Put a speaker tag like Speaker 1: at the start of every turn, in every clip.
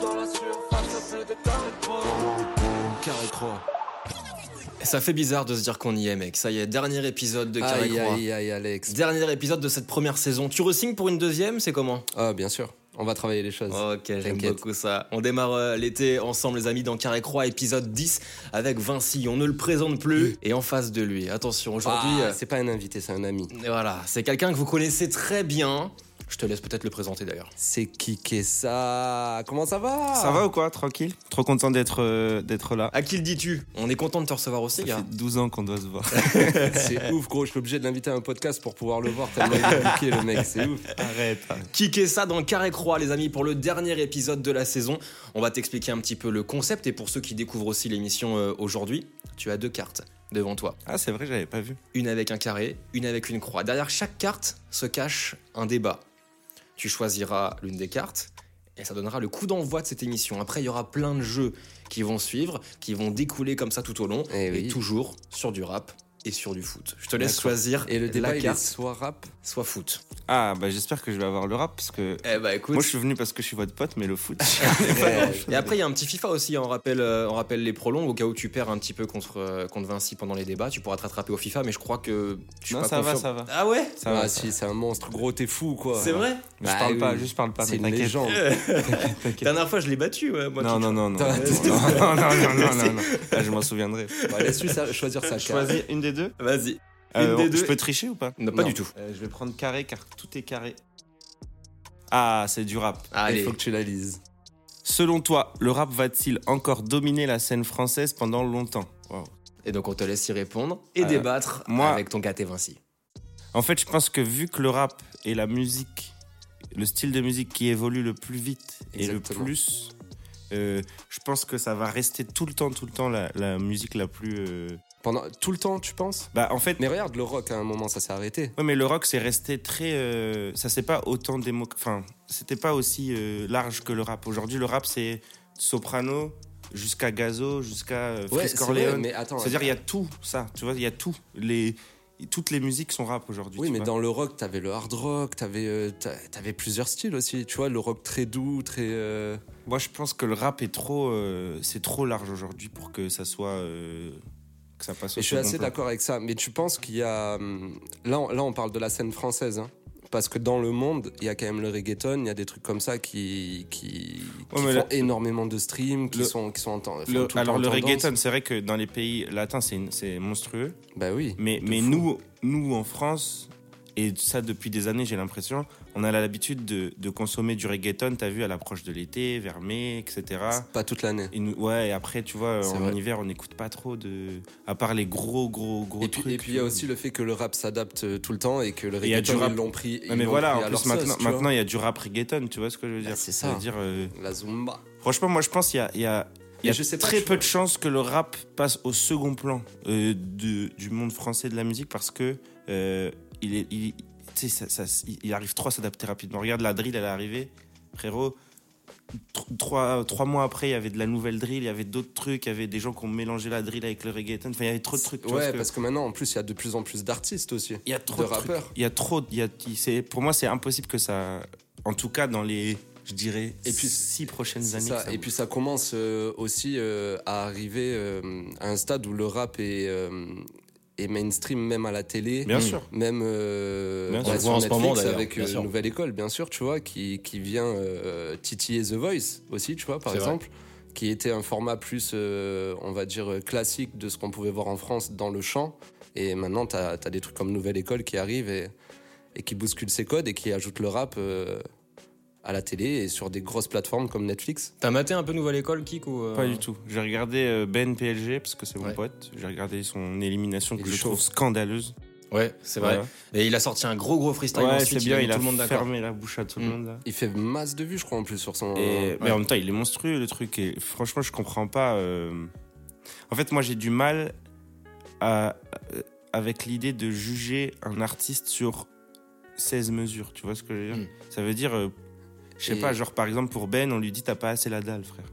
Speaker 1: Dans la surface, ça fait des carrés croix. Carré croix.
Speaker 2: Ça fait bizarre de se dire qu'on y est, mec. Ça y est, dernier épisode de Carré
Speaker 1: Aïe,
Speaker 2: Croix.
Speaker 1: aïe, aïe, Alex.
Speaker 2: Dernier épisode de cette première saison. Tu re-signes pour une deuxième C'est comment
Speaker 1: Ah, bien sûr. On va travailler les choses.
Speaker 2: Ok, j'aime
Speaker 1: T'inquiète.
Speaker 2: beaucoup ça. On démarre euh, l'été ensemble, les amis, dans Carré Croix, épisode 10, avec Vinci. On ne le présente plus. Et en face de lui, attention, aujourd'hui.
Speaker 1: Ah,
Speaker 2: euh,
Speaker 1: c'est pas un invité, c'est un ami.
Speaker 2: voilà, c'est quelqu'un que vous connaissez très bien. Je te laisse peut-être le présenter d'ailleurs.
Speaker 1: C'est qui qu'est ça Comment ça va
Speaker 3: Ça va ou quoi Tranquille Trop content d'être euh, d'être là.
Speaker 2: À qui le dis-tu On est content de te recevoir aussi,
Speaker 3: Ça
Speaker 2: gars.
Speaker 3: fait 12 ans qu'on doit se voir.
Speaker 1: C'est ouf, gros. Je suis obligé de l'inviter à un podcast pour pouvoir le voir tellement il est bouqué, le mec. C'est ouf.
Speaker 3: Arrête.
Speaker 2: Kicker ça dans Carré Croix, les amis, pour le dernier épisode de la saison. On va t'expliquer un petit peu le concept et pour ceux qui découvrent aussi l'émission euh, aujourd'hui, tu as deux cartes devant toi.
Speaker 3: Ah, c'est vrai, j'avais pas vu.
Speaker 2: Une avec un carré, une avec une croix. Derrière chaque carte se cache un débat. Tu choisiras l'une des cartes et ça donnera le coup d'envoi de cette émission. Après, il y aura plein de jeux qui vvont suivre, qui vont découler comme ça tout au long
Speaker 1: Eh oui.
Speaker 2: et toujours sur du rap et sur du foot. Je te laisse
Speaker 1: D'accord.
Speaker 2: choisir
Speaker 1: Et le débat,
Speaker 2: la
Speaker 1: il est
Speaker 2: carte,
Speaker 1: soit rap.
Speaker 2: soit foot.
Speaker 3: Ah, bah j'espère que je vais avoir le rap parce que.
Speaker 2: Eh bah écoute,
Speaker 3: Moi, je suis venu parce que je suis votre pote, mais le foot.
Speaker 2: Et après, il y a un petit FIFA aussi. hein. On rappelle, euh, on rappelle les prolongues au cas où tu perds un petit peu contre, euh, contre Vinci pendant les débats. Tu pourras te rattraper au FIFA, mais je crois que tu
Speaker 3: Non, ça va, ça va.
Speaker 2: Ah ouais
Speaker 3: Ça
Speaker 1: ah,
Speaker 3: va. ça
Speaker 1: si, c'est un monstre. Gros, t'es fou, quoi.
Speaker 2: C'est vrai
Speaker 3: va. Je
Speaker 1: Bah,
Speaker 3: parle pas,
Speaker 1: oui.
Speaker 3: juste parle pas.
Speaker 1: C'est
Speaker 3: mais
Speaker 1: une
Speaker 3: t'inquiète.
Speaker 1: légende.
Speaker 3: T'inquiète.
Speaker 2: Dernière fois, je l'ai battu, ouais, moi.
Speaker 3: Non,
Speaker 2: tu-
Speaker 3: non, non, non. Non,
Speaker 1: T'inquiète.
Speaker 3: non, non, non, non, non, non. Ah, Je m'en souviendrai.
Speaker 1: Bah, Laisse-lui sa- choisir sa carte.
Speaker 3: Choisis une des deux.
Speaker 2: Vas-y.
Speaker 3: Euh,
Speaker 2: des deux.
Speaker 3: Je peux tricher ou pas
Speaker 2: Non, pas du tout.
Speaker 3: Euh, Je vais prendre carré car tout est carré. Ah, c'est du rap.
Speaker 1: Il
Speaker 2: Allez.
Speaker 1: faut que tu la lises.
Speaker 3: Selon toi, le rap va-t-il encore dominer la scène française pendant longtemps Waouh.
Speaker 2: Et donc, on te laisse y répondre et
Speaker 3: Euh,
Speaker 2: débattre
Speaker 3: moi-
Speaker 2: avec ton KT Vinci.
Speaker 3: En fait, je pense que vu que le rap et la musique, le style de musique qui évolue le plus vite et
Speaker 1: Exactement.
Speaker 3: le plus, euh, je pense que ça va rester tout le temps, tout le temps la, la musique la plus. euh,
Speaker 1: Pendant tout le temps, tu penses
Speaker 3: Bah, en fait,
Speaker 1: Mais regarde, le rock, à un moment, ça s'est arrêté.
Speaker 3: ouais, mais le rock c'est resté très. euh, ça c'est pas autant démo. Enfin, c'était pas aussi euh, large que le rap. Aujourd'hui, le rap c'est soprano jusqu'à Gazo, jusqu'à euh, Freeze
Speaker 1: c'est vrai,
Speaker 3: Corleone.
Speaker 1: mais attends.
Speaker 3: C'est-à-dire il y a tout ça. Tu vois, il y a tout les. Toutes les musiques sont rap aujourd'hui.
Speaker 1: Oui,
Speaker 3: tu
Speaker 1: mais
Speaker 3: vois.
Speaker 1: dans le rock, t'avais le hard rock, t'avais euh, t'a- t'avais plusieurs styles aussi. Tu vois, le rock très doux, très. euh,
Speaker 3: Moi, je pense que le rap est trop, euh, c'est trop large aujourd'hui pour que ça soit, euh, que ça passe. au
Speaker 1: Et je suis
Speaker 3: second
Speaker 1: assez
Speaker 3: plan.
Speaker 1: d'accord avec ça. Mais tu penses qu'il y a. hum, Là, on- là, on parle de la scène française. hein. parce que dans le monde, il y a quand même le reggaeton, il y a des trucs comme ça qui, qui, qui
Speaker 3: Ouais,
Speaker 1: font
Speaker 3: mais la-
Speaker 1: énormément de streams, qui,
Speaker 3: Le-
Speaker 1: sont, qui sont en temps.
Speaker 3: Le- alors le reggaeton, c'est vrai que dans les pays latins, c'est, une- c'est monstrueux.
Speaker 1: Bah oui.
Speaker 3: Mais,
Speaker 1: de
Speaker 3: mais
Speaker 1: fou.
Speaker 3: nous, nous en France, et ça depuis des années, j'ai l'impression, on a l'habitude de, de consommer du reggaeton. T'as vu à l'approche de l'été, vers mai, etc.
Speaker 1: C'est Pas toute l'année.
Speaker 3: Et nous- ouais, et après, tu vois,
Speaker 1: C'est
Speaker 3: en
Speaker 1: vrai.
Speaker 3: hiver, on n'écoute pas trop de, à part les gros, gros, gros
Speaker 1: Et
Speaker 3: trucs.
Speaker 1: puis, et puis il y a aussi le fait que le rap s'adapte euh, tout le temps et que le
Speaker 3: il y a du
Speaker 1: reggaeton,
Speaker 3: rap-
Speaker 1: ils l'ont pris.
Speaker 3: Non,
Speaker 1: ils
Speaker 3: mais
Speaker 1: l'ont
Speaker 3: voilà,
Speaker 1: pris
Speaker 3: en
Speaker 1: à
Speaker 3: plus
Speaker 1: leur
Speaker 3: maintenant,
Speaker 1: sauce, tu vois. Bah,
Speaker 3: maintenant, il y a du rap reggaton. Tu vois ce que je veux dire
Speaker 1: c'est ça.
Speaker 3: dire euh,
Speaker 1: La Zumba.
Speaker 3: Franchement, moi, je pense qu'il y a, il y a- il y a
Speaker 1: Mais je sais pas,
Speaker 3: très
Speaker 1: je-
Speaker 3: peu de chances que le rap passe au second plan euh, de- du monde français de la musique parce que euh, il, est, il, tu sais, ça- ça- il arrive trop à s'adapter rapidement. Regarde, la drill, elle est arrivée, frérot. tr- Trois, trois mois après, il y avait de la nouvelle drill, il y avait d'autres trucs, il y avait des gens qui ont mélangé la drill avec le reggaeton. Enfin, il y avait trop de trucs. tu vois
Speaker 1: Ouais,
Speaker 3: ce que-
Speaker 1: parce que maintenant, en plus, il y a de plus en plus d'artistes aussi.
Speaker 3: il y a trop
Speaker 1: de
Speaker 3: de, trucs.
Speaker 1: rappeurs.
Speaker 3: Il y a trop. il y a- il- c'est- pour moi, c'est impossible que ça. En tout cas, dans les, je dirais,
Speaker 1: Et puis-
Speaker 3: six prochaines
Speaker 1: C'est
Speaker 3: années.
Speaker 1: ça.
Speaker 3: que ça-
Speaker 1: Et puis ça commence euh, aussi euh, à arriver euh, à un stade où le rap est, euh, est mainstream, même à la télé.
Speaker 3: Bien sûr.
Speaker 1: Même euh, bah,
Speaker 3: Bien sûr. On le
Speaker 1: sur
Speaker 2: voit en ce
Speaker 1: Netflix
Speaker 2: moment, d'ailleurs,
Speaker 1: avec
Speaker 2: bien
Speaker 1: euh,
Speaker 2: sûr.
Speaker 1: Nouvelle École, bien sûr, tu vois, qui, qui vient euh, titiller The Voice aussi, tu vois, par
Speaker 2: C'est vrai.
Speaker 1: exemple, qui était un format plus, euh, on va dire, euh, classique de ce qu'on pouvait voir en France dans le chant. Et maintenant, tu as, des trucs comme Nouvelle École qui arrivent et, et qui bousculent ces codes et qui ajoutent le rap euh, à la télé et sur des grosses plateformes comme Netflix.
Speaker 2: T'as maté un peu Nouvelle École, Kik ou, euh,
Speaker 3: Pas du tout. J'ai regardé euh, Ben PLG parce que c'est mon
Speaker 2: Ouais.
Speaker 3: pote. J'ai regardé son élimination
Speaker 1: Il
Speaker 3: que
Speaker 1: est
Speaker 3: je
Speaker 1: chaud.
Speaker 3: trouve scandaleuse.
Speaker 2: Ouais, c'est vrai.
Speaker 3: Ouais.
Speaker 2: Et il a sorti un gros gros freestyle
Speaker 3: Ouais,
Speaker 2: ensuite,
Speaker 3: c'est bien,
Speaker 2: mis
Speaker 3: il
Speaker 2: tout
Speaker 3: a
Speaker 2: le monde d'accord.
Speaker 3: fermé la bouche à tout le
Speaker 2: Mm. Oh,
Speaker 3: monde. Là.
Speaker 1: Il fait masse de vues, je crois, en plus, sur son.
Speaker 3: Et,
Speaker 1: Ouais.
Speaker 3: Mais en même temps, il est monstrueux le truc. Et franchement, je comprends pas. euh, En fait, moi, j'ai du mal à- euh, avec l'idée de juger un artiste sur 16 mesures. Tu vois ce que je veux dire
Speaker 2: Mm.
Speaker 3: Ça veut dire, euh, je sais
Speaker 1: Et-
Speaker 3: pas, genre par exemple pour Ben, on lui dit t'as pas assez la dalle, frère.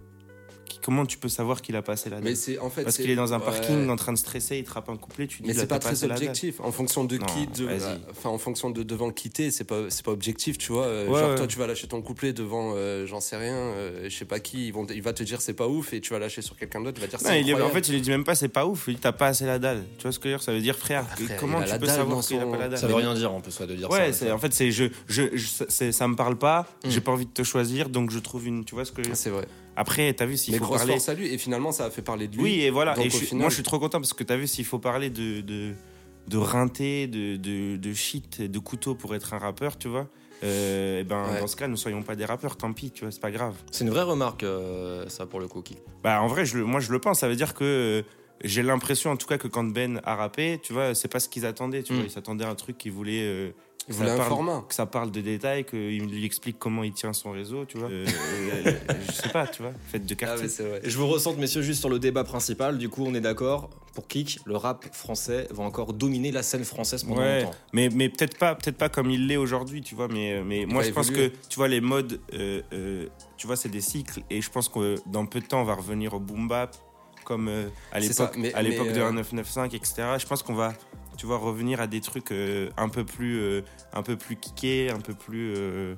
Speaker 3: Qui- Comment tu peux savoir qu'il a pas assez la dalle
Speaker 1: Mais c'est en fait.
Speaker 3: Parce
Speaker 1: c'est-
Speaker 3: qu'il est dans un parking
Speaker 1: Ouais.
Speaker 3: en train de stresser, il te rappe un couplet, tu dis
Speaker 1: Mais
Speaker 3: là,
Speaker 1: c'est pas
Speaker 3: t'as
Speaker 1: très
Speaker 3: assez la dalle.
Speaker 1: objectif. En fonction de
Speaker 3: Non,
Speaker 1: qui, de-
Speaker 3: vas-y.
Speaker 1: enfin en fonction de devant qui t'es, c'est pas c'est pas objectif, tu vois. Euh,
Speaker 3: Ouais,
Speaker 1: genre
Speaker 3: ouais.
Speaker 1: toi, tu vas lâcher ton couplet devant, euh, j'en sais rien, euh, je sais pas qui. Ils vont, il va te dire c'est pas ouf et tu vas lâcher sur quelqu'un d'autre. Il va dire
Speaker 3: Non,
Speaker 1: c'est
Speaker 3: il est- en
Speaker 1: incroyable.
Speaker 3: fait, il lui dit même pas c'est pas ouf, il dit t'as pas assez la dalle. Tu vois ce que je veux dire Ça veut dire frère,
Speaker 1: Ah, frère,
Speaker 3: comment
Speaker 1: il a
Speaker 3: tu
Speaker 1: la
Speaker 3: peux
Speaker 1: dalle dans
Speaker 3: savoir qu'il a
Speaker 1: son-
Speaker 3: pas la dalle
Speaker 2: Ça veut rien dire en plus soit de dire
Speaker 3: Ouais,
Speaker 2: ça.
Speaker 3: c'est en fait c'est je, je, je- c'est- ça me parle pas,
Speaker 1: Hmm.
Speaker 2: Mm.
Speaker 3: j'ai pas envie de te choisir donc je trouve une tu vois ce que je...
Speaker 1: c'est vrai.
Speaker 3: Après t'as vu s'il
Speaker 1: mais
Speaker 3: faut
Speaker 1: grosse
Speaker 3: parler
Speaker 1: force à lui. Et finalement, ça a fait parler de lui.
Speaker 3: Oui, et voilà,
Speaker 1: Donc,
Speaker 3: et
Speaker 1: au
Speaker 3: je suis-
Speaker 1: final-
Speaker 3: moi je suis trop content parce que t'as vu s'il faut parler de de de rinté, de, de de shit, de couteau pour être un rappeur, tu vois. Euh, et ben
Speaker 1: Ouais.
Speaker 3: dans ce cas, nous soyons pas des rappeurs, tant pis, tu vois, c'est pas grave.
Speaker 2: C'est une vraie remarque euh, ça pour le coup. qui-
Speaker 3: Bah en vrai, je, le- moi je le pense. Ça veut dire que euh, j'ai l'impression, en tout cas, que quand Ben a rappé, tu vois, c'est pas ce qu'ils attendaient. Tu
Speaker 2: Mm.
Speaker 3: vois, ils s'attendaient à un truc qu'ils voulaient. euh,
Speaker 1: Il
Speaker 3: que
Speaker 1: voulait
Speaker 3: ça
Speaker 1: un
Speaker 3: parle-
Speaker 1: format.
Speaker 3: Que ça parle de détails, qu'il lui explique comment il tient son réseau, tu vois. Euh, euh, je sais pas, tu vois. Fête de
Speaker 1: Ah,
Speaker 3: quartier.
Speaker 1: mais c'est vrai.
Speaker 2: Je vous ressente messieurs juste sur le débat principal. Du coup, on est d'accord pour Kik, le rap français va encore dominer la scène française pendant
Speaker 3: Ouais,
Speaker 2: longtemps.
Speaker 3: mais, mais peut-être pas, peut pas comme il l'est aujourd'hui, tu vois. Mais, mais moi,
Speaker 1: va
Speaker 3: je pense
Speaker 1: évoluer.
Speaker 3: que, tu vois, les modes, euh, euh, tu vois, c'est des cycles. Et je pense que dans peu de temps, on va revenir au boom bap, comme euh, à
Speaker 1: C'est ça,
Speaker 3: l'époque
Speaker 1: mais-
Speaker 3: à l'époque
Speaker 1: mais,
Speaker 3: de
Speaker 1: euh,
Speaker 3: 1995, etc. Je pense qu'on va, tu vois, revenir à des trucs euh, un peu plus, euh, un peu plus kickés, un peu plus. euh,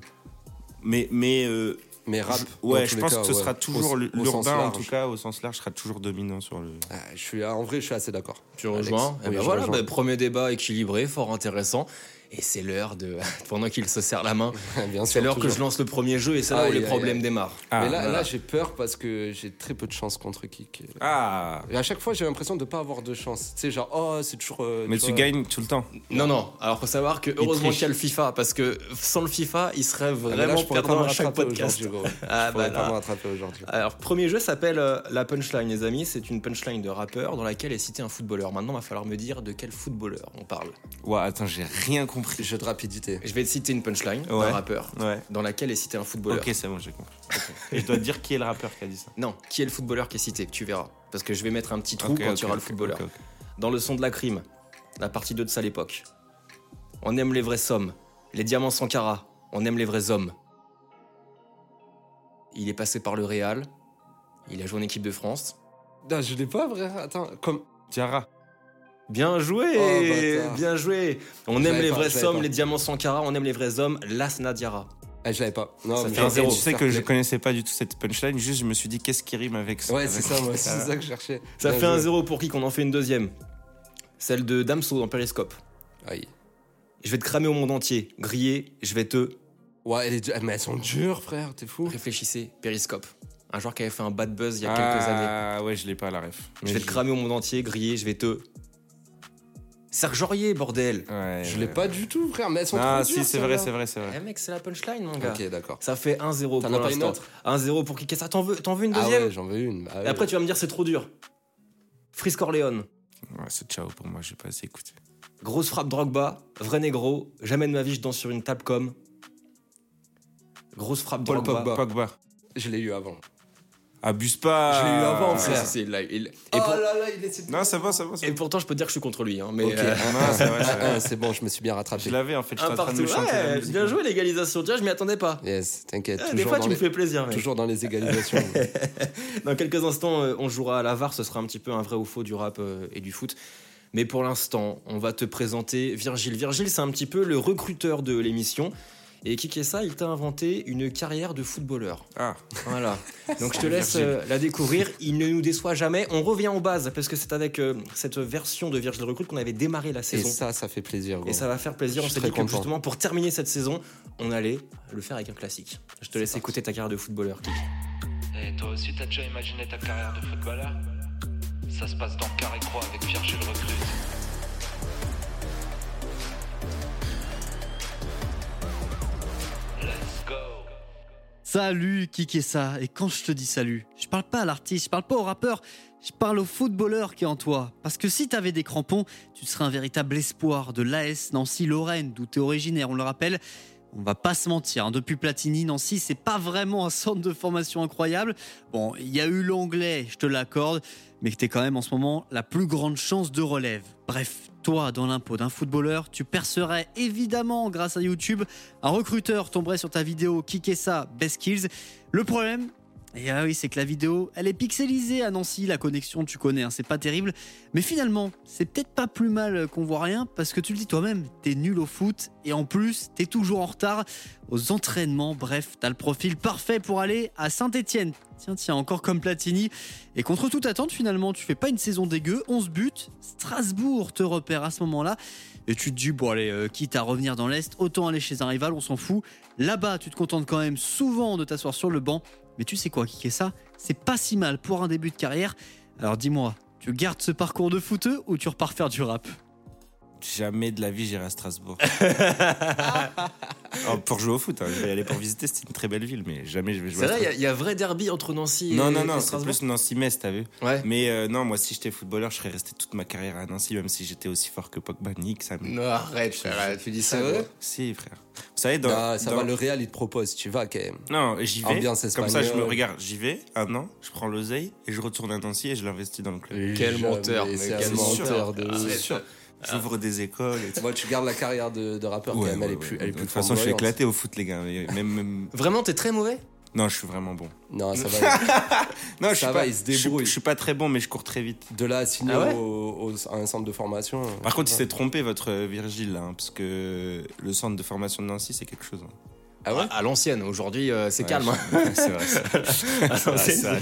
Speaker 3: mais mais euh,
Speaker 1: Mais rap.
Speaker 3: je, ouais,
Speaker 1: dans
Speaker 3: je
Speaker 1: tous les
Speaker 3: pense
Speaker 1: cas,
Speaker 3: que ce
Speaker 1: ouais.
Speaker 3: sera toujours
Speaker 1: Au-
Speaker 3: l-
Speaker 1: au sens
Speaker 3: l'urbain, en
Speaker 1: large.
Speaker 3: tout cas, au sens large, sera toujours dominant sur le.
Speaker 1: Ah, je suis, en vrai, je suis assez d'accord.
Speaker 2: Tu rejoins
Speaker 1: Alex.
Speaker 2: Eh
Speaker 1: Oui,
Speaker 2: ben
Speaker 1: je
Speaker 2: voilà,
Speaker 1: rejoins.
Speaker 2: ben, premier débat équilibré, fort intéressant. Et c'est l'heure de pendant qu'il se serre la main,
Speaker 1: Bien sûr.
Speaker 2: bah, c'est l'heure que
Speaker 1: toujours.
Speaker 2: je lance le premier jeu et c'est là
Speaker 1: Aïe,
Speaker 2: où les
Speaker 1: aïe,
Speaker 2: problèmes
Speaker 1: aïe.
Speaker 2: démarrent.
Speaker 3: Ah,
Speaker 1: mais là,
Speaker 2: voilà.
Speaker 1: là j'ai peur parce que j'ai très peu de chance contre Kik.
Speaker 3: Ah,
Speaker 1: Et à chaque fois, j'ai l'impression de pas avoir de chance. Tu sais, genre, oh, c'est toujours. euh,
Speaker 3: mais
Speaker 1: tu
Speaker 3: tu
Speaker 1: vois.
Speaker 3: gagnes tout le temps.
Speaker 2: Non, non. Alors, faut savoir que heureusement
Speaker 3: triche.
Speaker 2: qu'il y a le FIFA, parce que sans le FIFA, il serait
Speaker 1: Ah, mais là,
Speaker 2: vraiment
Speaker 1: je pourrais pas me
Speaker 2: perdant à chaque
Speaker 1: rattraper
Speaker 2: podcast.
Speaker 1: aujourd'hui, gros.
Speaker 2: Ah,
Speaker 1: Je pourrais
Speaker 2: bah
Speaker 1: pas
Speaker 2: là.
Speaker 1: me rattraper aujourd'hui.
Speaker 2: Alors, premier jeu s'appelle euh, La Punchline, les amis. C'est une punchline de rappeur dans laquelle est cité un footballeur. Maintenant, il va falloir me dire de quel footballeur on parle.
Speaker 3: Ouah, attends, j'ai rien
Speaker 2: bah,
Speaker 3: compris.
Speaker 1: Jeu de rapidité.
Speaker 2: Je vais te citer une punchline
Speaker 3: Ouais.
Speaker 2: d'un rappeur
Speaker 3: Ouais.
Speaker 2: dans laquelle est cité un footballeur.
Speaker 3: Ok, c'est bon, j'ai compris. Et je dois te dire qui est le rappeur qui a dit ça.
Speaker 2: Non, qui est le footballeur qui est cité Tu verras. Parce que je vais mettre un petit trou
Speaker 3: Ok,
Speaker 2: quand
Speaker 3: ok,
Speaker 2: tu auras le
Speaker 3: ok,
Speaker 2: footballeur.
Speaker 3: ok, ok.
Speaker 2: Dans le son de la crime, la partie 2 de ça l'époque. On aime les vraies sommes, les diamants sans cara, on aime les vrais hommes. Il est passé par le Real, il a joué en équipe de France.
Speaker 1: Non, je l'ai pas, vrai. Attends, comme.
Speaker 3: Diarra.
Speaker 2: Bien joué
Speaker 1: Oh, bâtard.
Speaker 2: Bien joué On
Speaker 1: Je
Speaker 2: aime
Speaker 1: l'avais
Speaker 2: les
Speaker 1: pas,
Speaker 2: vraies
Speaker 1: je l'avais
Speaker 2: sommes,
Speaker 1: pas.
Speaker 2: les diamants sans cara, on aime les vrais hommes, Lasna Diarra.
Speaker 1: Ah, je l'avais pas. Non,
Speaker 2: Ça
Speaker 1: mais
Speaker 2: fait un
Speaker 3: Et
Speaker 2: zéro.
Speaker 3: tu sais
Speaker 1: Fair
Speaker 3: que je
Speaker 1: play.
Speaker 3: connaissais pas du tout cette punchline, juste je me suis dit qu'est-ce qui rime avec ça.
Speaker 1: Ouais, c'est ça, moi, c'est
Speaker 3: Ah.
Speaker 1: ça que je cherchais.
Speaker 2: Ça
Speaker 1: Bien
Speaker 2: fait un
Speaker 1: joué.
Speaker 2: zéro pour qui qu'on en fait une deuxième Celle de Damso dans Periscope.
Speaker 1: Aïe.
Speaker 2: Je vais te cramer au monde entier, griller, je vais te...
Speaker 1: Ouais, elle est dure- mais elles sont dures, frère, t'es fou.
Speaker 2: Réfléchissez, Periscope. Un joueur qui avait fait un bad buzz il y a quelques années.
Speaker 3: Ah ouais, je l'ai pas la ref.
Speaker 2: Je vais te cramer au monde entier, griller, je vais te. Serge Aurier, bordel
Speaker 1: Ah,
Speaker 3: Ouais,
Speaker 1: Je l'ai
Speaker 3: ouais.
Speaker 1: pas du tout, frère, mais elles sont
Speaker 3: Ah
Speaker 1: trop dures.
Speaker 3: si, c'est vrai, c'est
Speaker 1: celles-là.
Speaker 3: vrai, c'est vrai.
Speaker 2: Eh mec, c'est la punchline, mon gars.
Speaker 1: Ok, d'accord.
Speaker 2: Ça fait 1-0
Speaker 1: T'en
Speaker 2: pour
Speaker 1: as pas une
Speaker 2: l'instant.
Speaker 1: autre
Speaker 2: 1-0 pour Kikessa. T'en veux, t'en veux une
Speaker 1: Ah
Speaker 2: deuxième
Speaker 1: ouais, j'en veux une. Ah
Speaker 2: Et après,
Speaker 1: ouais.
Speaker 2: tu vas me dire, c'est trop dur. Fris Corleone,
Speaker 3: Ouais, c'est ciao pour moi, j'ai pas assez écouté.
Speaker 2: grosse frappe Drogba, vrai négro, jamais de ma vie je danse sur une table comme. Grosse frappe
Speaker 1: Paul
Speaker 2: Drogba.
Speaker 1: Pogba.
Speaker 3: Pogba.
Speaker 1: Je l'ai eu avant.
Speaker 3: Abuse pas.
Speaker 1: Je l'ai eu avant,
Speaker 2: Ah, Si,
Speaker 1: frère.
Speaker 2: si, si, il l'a eu, il- Et,
Speaker 1: Oh
Speaker 2: pour-
Speaker 1: là là, il est.
Speaker 3: Non, ça va, ça va. ça
Speaker 2: et
Speaker 3: va.
Speaker 2: pourtant, je peux te dire que je suis contre lui. hein, mais
Speaker 1: Ok,
Speaker 2: euh,
Speaker 1: un,
Speaker 3: Non, c'est vrai, c'est
Speaker 1: un,
Speaker 3: vrai.
Speaker 1: un, c'est bon, je me suis bien rattrapé.
Speaker 3: Je l'avais en fait, je
Speaker 2: un
Speaker 3: en train de
Speaker 2: partout.
Speaker 3: me chanter la
Speaker 2: Ouais,
Speaker 3: musique. hein.
Speaker 2: bien joué, l'égalisation. Tiens, je m'y attendais pas.
Speaker 1: Yes, t'inquiète.
Speaker 2: Ah, Des
Speaker 1: toujours
Speaker 2: fois,
Speaker 1: dans
Speaker 2: tu me
Speaker 1: les-
Speaker 2: fais plaisir. mec.
Speaker 1: Toujours dans les égalisations.
Speaker 2: Dans quelques instants, euh, on jouera à la VAR, ce sera un petit peu un vrai ou faux du rap euh, et du foot. Mais pour l'instant, on va te présenter Virgile. Virgile, c'est un petit peu le recruteur de l'émission. Et Kikessa, il t'a inventé une carrière de footballeur.
Speaker 3: Ah,
Speaker 2: Voilà. Donc je te laisse euh, la découvrir. Il ne nous déçoit jamais. On revient aux bases parce que c'est avec euh, cette version de Virgile Recrute qu'on avait démarré la
Speaker 1: Et
Speaker 2: saison.
Speaker 1: ça, ça fait plaisir. Gros.
Speaker 2: Et ça va faire plaisir.
Speaker 1: Je
Speaker 2: On
Speaker 1: suis
Speaker 2: s'est
Speaker 1: très
Speaker 2: dit que
Speaker 1: content.
Speaker 2: justement, pour terminer cette saison, on allait le faire avec un classique. Je te laisse écouter ta carrière de footballeur, Kik.
Speaker 4: Et Eh, toi aussi, t'as déjà imaginé ta carrière de footballeur Ça se passe dans Carré Croix avec Pierre Gilles Recrute. Let's go
Speaker 5: Salut Kikessa, et quand je te dis salut, je parle pas à l'artiste, je parle pas au rappeur, Je parle au footballeur qui est en toi. Parce que si t'avais des crampons, tu serais un véritable espoir de l'AS Nancy-Lorraine, d'où t'es originaire, on le rappelle. On va pas se mentir, hein, depuis Platini, Nancy, c'est pas vraiment un centre de formation incroyable. Bon, il y a eu l'anglais, je te l'accorde, mais t'es quand même en ce moment la plus grande chance de relève. Bref, toi, dans l'impôt d'un footballeur, tu percerais évidemment grâce à YouTube. Un recruteur tomberait sur ta vidéo Kick ça, Best Kills. Le problème, et ah oui, c'est que la vidéo, elle est pixelisée à Nancy, la connexion, tu connais, hein, c'est pas terrible. Mais finalement, c'est peut-être pas plus mal qu'on voit rien, parce que tu le dis toi-même, t'es nul au foot, et en plus, t'es toujours en retard aux entraînements. Bref, t'as le profil parfait pour aller à Saint-Etienne. Tiens, tiens, encore comme Platini. Et contre toute attente, finalement, tu fais pas une saison dégueu, 11 buts. Strasbourg te repère à ce moment-là. Et tu te dis, bon, allez, euh, quitte à revenir dans l'Est, autant aller chez un rival, on s'en fout. Là-bas, tu te contentes quand même souvent de t'asseoir sur le banc. Mais tu sais quoi, kicker ça, c'est pas si mal pour un début de carrière. Alors dis-moi, tu gardes ce parcours de footeux ou tu repars faire du rap
Speaker 3: Jamais de la vie, j'irai à Strasbourg. Oh, pour jouer au foot, hein. je vais aller pour visiter, c'est une très belle ville, mais jamais je vais jouer
Speaker 2: C'est
Speaker 3: à
Speaker 2: vrai, il y a-
Speaker 3: Strasbourg.
Speaker 2: il y, a vrai derby entre Nancy
Speaker 3: Non,
Speaker 2: et,
Speaker 3: non,
Speaker 2: et
Speaker 3: non, c'est
Speaker 2: Strasbourg.
Speaker 3: plus Nancy-Metz, t'as vu
Speaker 2: Ouais.
Speaker 3: Mais euh, non, moi, si j'étais footballeur, je serais resté toute ma carrière à Nancy, même si j'étais aussi fort que Pogba, Nick, ça me-
Speaker 2: Non, arrête, frère, arrête, tu dis ça.
Speaker 1: C'est vrai
Speaker 2: mais-
Speaker 3: Si, frère. Vous savez, dans.
Speaker 1: Ah, ça
Speaker 3: dans-
Speaker 1: va, le Real, il te propose, tu vas quand même.
Speaker 3: Non, j'y vais.
Speaker 1: Ambiance
Speaker 3: Comme
Speaker 1: espagnole.
Speaker 3: ça, je me regarde, j'y vais, un an, je prends l'oseille et je retourne à Nancy et je l'investis dans le club.
Speaker 2: Quel menteur,
Speaker 1: mais
Speaker 2: mais
Speaker 1: C'est un
Speaker 2: quel
Speaker 1: menteur
Speaker 3: menteur. Ah,
Speaker 1: de.
Speaker 3: C'est sûr.
Speaker 1: Ah.
Speaker 3: J'ouvre des écoles et tout.
Speaker 1: Moi, tu gardes la carrière de, de rappeur quand
Speaker 3: Ouais,
Speaker 1: même, elle
Speaker 3: ouais,
Speaker 1: est plus.
Speaker 3: ouais.
Speaker 1: Elle est
Speaker 3: de
Speaker 1: plus
Speaker 3: toute façon, je suis
Speaker 1: flamboyante.
Speaker 3: éclaté au foot, les gars. mais Même, même-
Speaker 2: Vraiment, t'es très mauvais
Speaker 3: Non, je suis vraiment bon.
Speaker 1: Non, ça va.
Speaker 3: Non,
Speaker 1: Ça
Speaker 3: je suis
Speaker 1: va,
Speaker 3: pas-
Speaker 1: il se
Speaker 3: je suis-
Speaker 1: débrouille.
Speaker 3: Je, suis pas très bon, mais je cours très vite.
Speaker 1: De là à signer
Speaker 2: Ah ouais
Speaker 1: au- au- à un centre de formation.
Speaker 3: Par contre, il s'est trompé, votre euh, Virgile, là, hein, parce que le centre de formation de Nancy, c'est quelque chose. hein.
Speaker 1: Ah ouais
Speaker 2: À- À l'ancienne, aujourd'hui, euh, c'est
Speaker 3: Ouais,
Speaker 2: calme. hein.
Speaker 3: je- C'est vrai, c'est vrai.
Speaker 2: À l'ancienne,
Speaker 3: c'est vrai.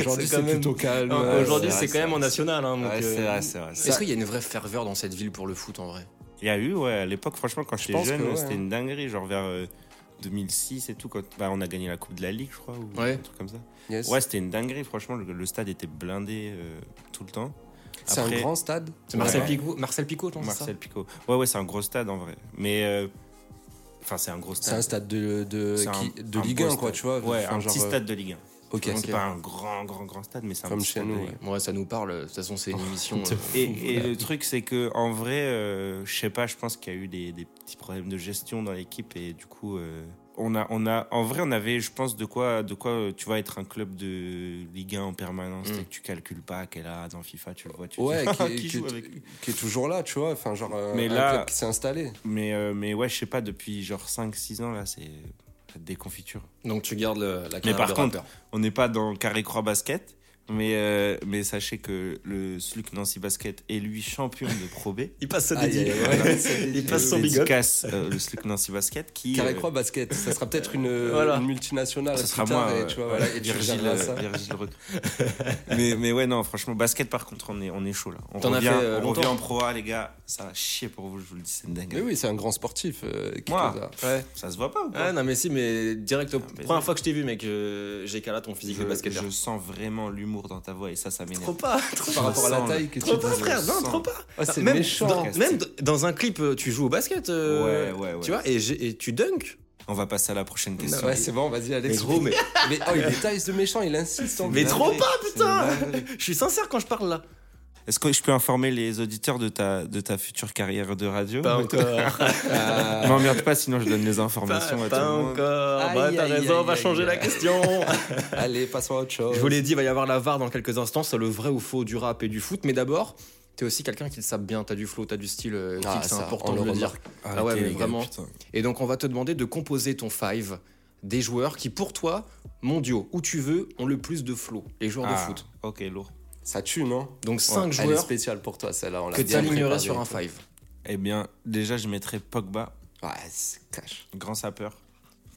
Speaker 1: Aujourd'hui,
Speaker 2: c'est
Speaker 1: c'est
Speaker 2: quand même-
Speaker 1: plutôt calme.
Speaker 2: Non,
Speaker 1: Ouais,
Speaker 2: Aujourd'hui,
Speaker 3: c'est
Speaker 2: c'est
Speaker 3: vrai, c'est
Speaker 2: quand même
Speaker 3: vrai.
Speaker 2: en national. hein, donc,
Speaker 3: Ouais, c'est
Speaker 2: euh,
Speaker 3: vrai, c'est vrai, c'est
Speaker 2: Est-ce
Speaker 3: vrai.
Speaker 2: qu'il y a une vraie ferveur dans cette ville pour le foot en vrai
Speaker 3: Il y a eu, ouais, à l'époque, franchement, quand j'étais
Speaker 1: pense
Speaker 3: jeune,
Speaker 1: que ouais,
Speaker 3: c'était
Speaker 1: hein.
Speaker 3: une dinguerie, genre vers euh, 2006 et tout, quand bah, on a gagné la Coupe de la Ligue, je crois, ou
Speaker 2: Ouais.
Speaker 3: un truc comme ça.
Speaker 1: Yes.
Speaker 3: Ouais, c'était une dinguerie, franchement, le, le stade était blindé euh, tout le temps.
Speaker 1: C'est
Speaker 3: Après-
Speaker 1: un grand stade.
Speaker 2: C'est Marcel
Speaker 3: Ouais.
Speaker 2: Picot, Marcel Picot, non, c'est ça
Speaker 3: Marcel Picot. Ouais, ouais, c'est un gros stade en vrai. Mais. euh, Enfin, c'est un gros
Speaker 1: C'est un
Speaker 3: stade.
Speaker 1: stade de, de,
Speaker 3: C'est un-
Speaker 1: qui- de
Speaker 3: un
Speaker 1: Ligue
Speaker 3: beau
Speaker 1: 1, quoi,
Speaker 3: stade.
Speaker 1: tu vois.
Speaker 3: Ouais,
Speaker 1: Enfin,
Speaker 3: un
Speaker 1: genre,
Speaker 3: petit
Speaker 1: euh,
Speaker 3: stade de Ligue 1.
Speaker 1: Ok,
Speaker 3: Donc,
Speaker 1: ok.
Speaker 3: C'est pas un grand, grand, grand stade, mais c'est un
Speaker 1: Comme
Speaker 3: petit
Speaker 1: chez
Speaker 3: stade de
Speaker 1: nous.
Speaker 3: Ligue 1.
Speaker 1: ouais.
Speaker 2: Ouais, ça nous parle. De toute façon, c'est une émission. euh,
Speaker 3: Oh, Et, et le truc, c'est que en vrai, euh, je sais pas, je pense qu'il y a eu des, des petits problèmes de gestion dans l'équipe et du coup, euh, on a, on a, en vrai, on avait, je pense, de quoi, de quoi, euh, tu vas être un club de Ligue 1 en permanence
Speaker 2: Mm.
Speaker 3: et que tu calcules pas qu'elle a dans FIFA, tu le vois, tu te
Speaker 1: Hmm. Ouais,
Speaker 3: dis, Ah,
Speaker 1: qui, est-
Speaker 3: qui
Speaker 1: qui
Speaker 3: joue
Speaker 1: est-
Speaker 3: avec lui
Speaker 1: qui est toujours là, tu vois. Enfin, genre, euh,
Speaker 3: Mais
Speaker 1: un
Speaker 3: là-
Speaker 1: club qui s'est installé.
Speaker 3: Mais, euh, mais ouais, je sais pas, depuis genre 5-6 ans là, c'est la déconfiture.
Speaker 2: Donc tu gardes Euh, le- la
Speaker 3: Mais
Speaker 2: carrière
Speaker 3: par
Speaker 2: de
Speaker 3: contre,
Speaker 2: rappeur.
Speaker 3: on n'est pas dans carré croix basket, mais euh, mais sachez que le Sluc Nancy Basket est lui champion de Pro B.
Speaker 2: il passe sa
Speaker 1: Aïe,
Speaker 2: dédicace.
Speaker 1: aïe, aïe, voilà, c'est
Speaker 2: Il passe son
Speaker 1: dédié.
Speaker 2: big up.
Speaker 3: Dédicace, euh, le Sluc Nancy Basket qui
Speaker 1: Carré
Speaker 3: euh,
Speaker 1: Croix Basket, ça sera peut-être une,
Speaker 2: Voilà.
Speaker 1: une multinationale.
Speaker 3: ça
Speaker 1: plus
Speaker 3: sera
Speaker 1: tard,
Speaker 3: moi euh,
Speaker 1: et, tu vois, voilà, et tu
Speaker 3: Virgile, euh,
Speaker 1: regarderas ça.
Speaker 3: Virgile Roc. mais mais ouais non franchement basket par contre on est on est chaud là on
Speaker 2: T'en as
Speaker 3: revient,
Speaker 2: fait, euh,
Speaker 3: on revient
Speaker 2: longtemps
Speaker 3: en pro A les gars ça va chier pour vous je vous le dis c'est une
Speaker 1: Mais
Speaker 3: dinguerie
Speaker 1: oui, c'est un grand sportif. euh, qui
Speaker 3: Moi.
Speaker 1: fait ça.
Speaker 2: Ouais.
Speaker 3: ça se voit pas ou quoi
Speaker 2: Ah non mais si mais direct au-
Speaker 3: Ah, mais-
Speaker 2: première fois que je t'ai vu mec euh, j'ai calé ton physique
Speaker 3: je,
Speaker 2: de basketteur.
Speaker 3: je sens vraiment l'humour dans ta voix et ça ça m'énerve
Speaker 2: Trop pas, trop
Speaker 1: Par
Speaker 2: pas.
Speaker 1: rapport à la taille que tu
Speaker 2: Trop pas
Speaker 1: disais.
Speaker 2: frère, non,
Speaker 3: sens.
Speaker 2: trop pas.
Speaker 1: Oh, c'est
Speaker 2: même
Speaker 1: méchant.
Speaker 2: dans, même d- dans un clip euh, tu joues au basket euh,
Speaker 3: Ouais, ouais, ouais.
Speaker 2: Tu vois et, j'ai- et tu dunks.
Speaker 3: on va passer à la prochaine question
Speaker 1: Bah Ouais, c'est bon, vas-y, Alex.
Speaker 2: mais
Speaker 1: Mais oh, il détaille ce méchant, il insiste. en
Speaker 2: mais
Speaker 1: plus.
Speaker 2: trop pas
Speaker 3: Oh, C'est une
Speaker 2: putain.
Speaker 3: dinguerie.
Speaker 2: Je suis sincère quand je parle là.
Speaker 3: est-ce que je peux informer les auditeurs de ta de ta future carrière de radio
Speaker 2: Pas encore.
Speaker 1: Ah,
Speaker 3: m'emmerde pas sinon je donne les
Speaker 2: Pas,
Speaker 3: informations à tout
Speaker 2: pas
Speaker 3: le
Speaker 2: encore.
Speaker 3: monde
Speaker 2: Bah,
Speaker 1: Aïe,
Speaker 2: t'as
Speaker 1: aïe,
Speaker 2: raison, on
Speaker 1: aïe,
Speaker 2: va
Speaker 1: aïe,
Speaker 2: changer la
Speaker 1: aïe.
Speaker 2: question.
Speaker 1: Allez, passons à autre chose.
Speaker 2: Je vous l'ai dit, il va y avoir la VAR dans quelques instants, c'est le vrai ou faux du rap et du foot. Mais d'abord, t'es aussi quelqu'un qui le sape bien, t'as du flow, t'as du style, euh,
Speaker 1: Ah,
Speaker 2: kick, c'est
Speaker 1: ça,
Speaker 2: important
Speaker 1: on
Speaker 2: de
Speaker 1: le
Speaker 2: le dire.
Speaker 1: remarque.
Speaker 2: Ah ouais,
Speaker 3: Arrêtez,
Speaker 2: mais
Speaker 3: les gars,
Speaker 2: vraiment.
Speaker 3: putain.
Speaker 2: Et donc, on va te demander de composer ton five des joueurs qui, pour toi, mondiaux, où tu veux, ont le plus de flow, les joueurs
Speaker 3: Ah,
Speaker 2: de foot.
Speaker 3: ok lourd
Speaker 1: Ça tue, non
Speaker 2: Donc, 5
Speaker 1: Elle est
Speaker 2: joueurs
Speaker 1: spéciale pour toi, celle-là. on l'a
Speaker 2: que
Speaker 1: bien
Speaker 2: t'alignerais
Speaker 1: préparée.
Speaker 2: sur un five.
Speaker 3: eh bien déjà je mettrais Pogba
Speaker 1: Ouais, c'est cash.
Speaker 3: grand sapeur.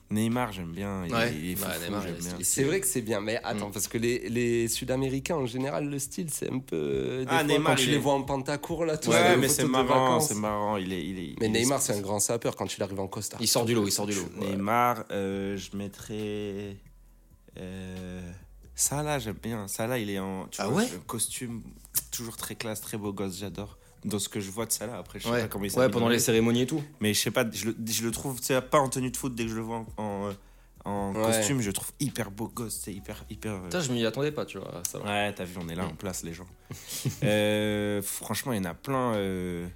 Speaker 3: Neymar, j'aime bien. Il,
Speaker 2: Ouais.
Speaker 3: il est fou,
Speaker 2: Ouais,
Speaker 3: fou,
Speaker 2: Neymar,
Speaker 3: j'aime
Speaker 2: il est
Speaker 3: bien.
Speaker 2: stylé.
Speaker 1: C'est vrai que c'est bien, mais attends, parce que les, les Sud-Américains, en général, le style, c'est un peu. Des
Speaker 3: Ah,
Speaker 1: fois,
Speaker 3: Neymar,
Speaker 1: quand tu
Speaker 3: il
Speaker 1: les
Speaker 3: est-
Speaker 1: vois en pantacourt, là, tout
Speaker 3: Ouais,
Speaker 1: ça, les
Speaker 3: mais
Speaker 1: photos
Speaker 3: c'est
Speaker 1: de
Speaker 3: marrant,
Speaker 1: vacances.
Speaker 3: c'est marrant. Il est, il est,
Speaker 1: Mais
Speaker 3: il est-
Speaker 1: Neymar, c'est un grand sapeur quand il arrive en costard.
Speaker 2: Il sort du lot, il sort du lot. Ouais.
Speaker 3: Neymar, euh, je mettrais. Euh, Salah, j'aime bien. Salah, il est en tu
Speaker 2: Ah
Speaker 3: vois,
Speaker 2: ouais
Speaker 3: le costume, toujours très classe, très beau gosse, j'adore. Dans ce que je vois de Salah, après, je sais pas
Speaker 2: Ouais,
Speaker 3: comment il
Speaker 2: Ouais,
Speaker 3: s'appelle.
Speaker 2: pendant les cérémonies et tout.
Speaker 3: Mais je sais pas, je le, je le trouve tu sais, pas en tenue de foot dès que je le vois en, en, euh, en
Speaker 1: Ouais.
Speaker 3: costume, je le trouve hyper beau gosse, c'est hyper hyper. euh,
Speaker 2: Putain, je m'y attendais pas, tu vois. Ça va.
Speaker 3: Ouais, t'as vu, on est là en
Speaker 2: Mm.
Speaker 3: place les gens. Euh, franchement, il y en a plein. euh,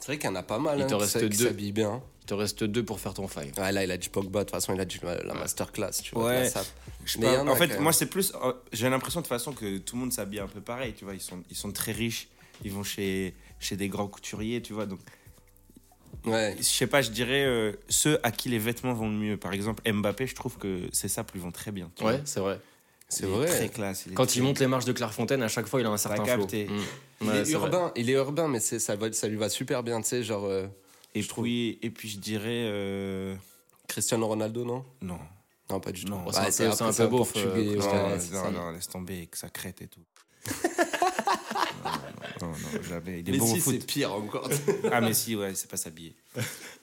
Speaker 1: C'est vrai qu'il y en a pas mal.
Speaker 2: Il
Speaker 1: hein,
Speaker 2: te
Speaker 1: qui
Speaker 2: reste
Speaker 1: s'a- qui
Speaker 2: deux.
Speaker 1: s'habillent bien.
Speaker 2: Il te reste deux pour faire ton five.
Speaker 1: Ouais, là, il a du Pogba. De toute façon, il a du euh, la, la masterclass. Tu vois,
Speaker 3: Ouais.
Speaker 1: la sape.
Speaker 3: je sais
Speaker 1: Mais il y
Speaker 3: pas,
Speaker 1: en
Speaker 3: en,
Speaker 1: a quand
Speaker 3: fait,
Speaker 1: même.
Speaker 3: moi c'est plus, euh, j'ai l'impression de toute façon que tout le monde s'habille un peu pareil, tu vois. Ils sont ils sont très riches, ils vont chez chez des grands couturiers, tu vois. Donc
Speaker 1: Ouais.
Speaker 3: je sais pas, je dirais euh, ceux à qui les vêtements vont le mieux. Par exemple, Mbappé, je trouve que ses sapes lui vont très bien. tu
Speaker 2: Ouais,
Speaker 3: vois.
Speaker 2: c'est vrai.
Speaker 1: C'est
Speaker 3: Il est
Speaker 1: vrai.
Speaker 3: Très classe. est
Speaker 2: Quand il
Speaker 3: très-
Speaker 2: monte les marches de Clairefontaine, à chaque fois, il a un certain flow.
Speaker 3: capté.
Speaker 2: Mm.
Speaker 1: Il
Speaker 2: Ouais,
Speaker 1: est
Speaker 2: c'est vrai.
Speaker 1: urbain. Il est urbain, mais c'est- ça, va- ça lui va super bien. Tu sais, genre euh,
Speaker 3: Et
Speaker 1: je trouve.
Speaker 3: puis et puis je dirais euh,
Speaker 1: Cristiano Ronaldo, non
Speaker 3: non.
Speaker 1: Non, pas du tout.
Speaker 3: Non.
Speaker 1: Ouais,
Speaker 2: C'est un peu- c'est
Speaker 1: après,
Speaker 2: un
Speaker 1: c'est
Speaker 2: peu beauf,
Speaker 1: portugais,
Speaker 2: euh,
Speaker 1: ouais,
Speaker 3: Non,
Speaker 1: c'est
Speaker 3: non,
Speaker 1: ça.
Speaker 3: non, laisse tomber avec sa crête et tout. non, non, non, jamais. Il est
Speaker 1: Mais
Speaker 3: bon
Speaker 1: si,
Speaker 3: au
Speaker 1: c'est
Speaker 3: foot.
Speaker 1: pire encore.
Speaker 3: Ah, mais si, ouais, c'est pas s'habiller.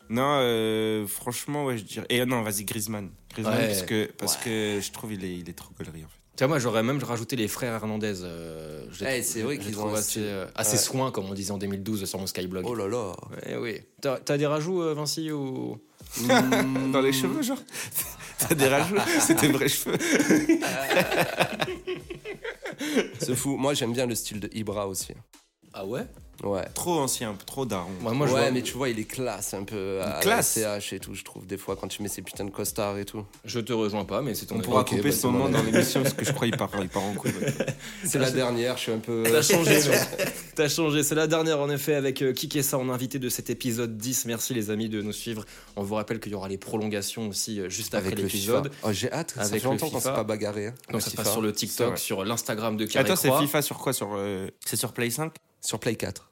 Speaker 3: non, euh, franchement, ouais, je dirais. Et euh, non, vas-y, Griezmann. Griezmann,
Speaker 2: Ouais.
Speaker 3: parce, que, parce que je trouve il est, il est trop gaulerie, en fait.
Speaker 2: Tu vois, moi, j'aurais même rajouté les frères Hernandez. euh, je les
Speaker 1: Eh,
Speaker 2: trouve-
Speaker 1: c'est vrai
Speaker 2: je les
Speaker 1: qu'ils
Speaker 2: trouve
Speaker 1: ont un
Speaker 2: assez,
Speaker 1: style.
Speaker 2: euh, assez
Speaker 1: Ouais.
Speaker 2: soins, comme on disait en 2012 sur mon Skyblog.
Speaker 1: Oh là là.
Speaker 2: Eh oui. T'as t'as des rajouts, euh, Vinci ou...
Speaker 3: Dans les cheveux, genre T'as des rajouts C'est tes vrais cheveux.
Speaker 1: C'est fou. Moi, j'aime bien le style de Ibra aussi. hein.
Speaker 2: Ah ouais
Speaker 1: Ouais.
Speaker 3: Trop ancien, trop daron.
Speaker 2: Moi, moi, je
Speaker 1: ouais,
Speaker 2: vois-
Speaker 1: mais tu vois, il est classe un peu à
Speaker 3: Classe.
Speaker 1: la CH et tout, je trouve, des fois, quand tu mets ces putains de costards et tout.
Speaker 2: Je te rejoins pas, mais bah, c'est ton
Speaker 3: On pourra
Speaker 2: avis.
Speaker 3: couper ce moment dans l'émission parce que je crois qu'il part, il part en couille.
Speaker 1: C'est la dernière, je suis un peu.
Speaker 2: T'as changé, mec. T'as changé. C'est la dernière, en effet, avec euh, Kikessa en invité de cet épisode 10. Merci, les amis, de nous suivre. On vous rappelle qu'il y aura les prolongations aussi euh, juste après
Speaker 1: Avec le
Speaker 2: l'épisode.
Speaker 1: FIFA. Oh, j'ai hâte, ça
Speaker 2: Avec
Speaker 1: fait longtemps
Speaker 2: le
Speaker 1: qu'on s'est
Speaker 2: FIFA.
Speaker 1: pas bagarré. hein.
Speaker 2: Donc, ça passe sur le
Speaker 3: C'est
Speaker 2: TikTok,
Speaker 3: vrai.
Speaker 2: sur l'Instagram de Carré
Speaker 3: Attends, c'est
Speaker 2: Croix.
Speaker 3: FIFA sur quoi sur, euh, C'est sur Play 5
Speaker 1: Sur Play 4.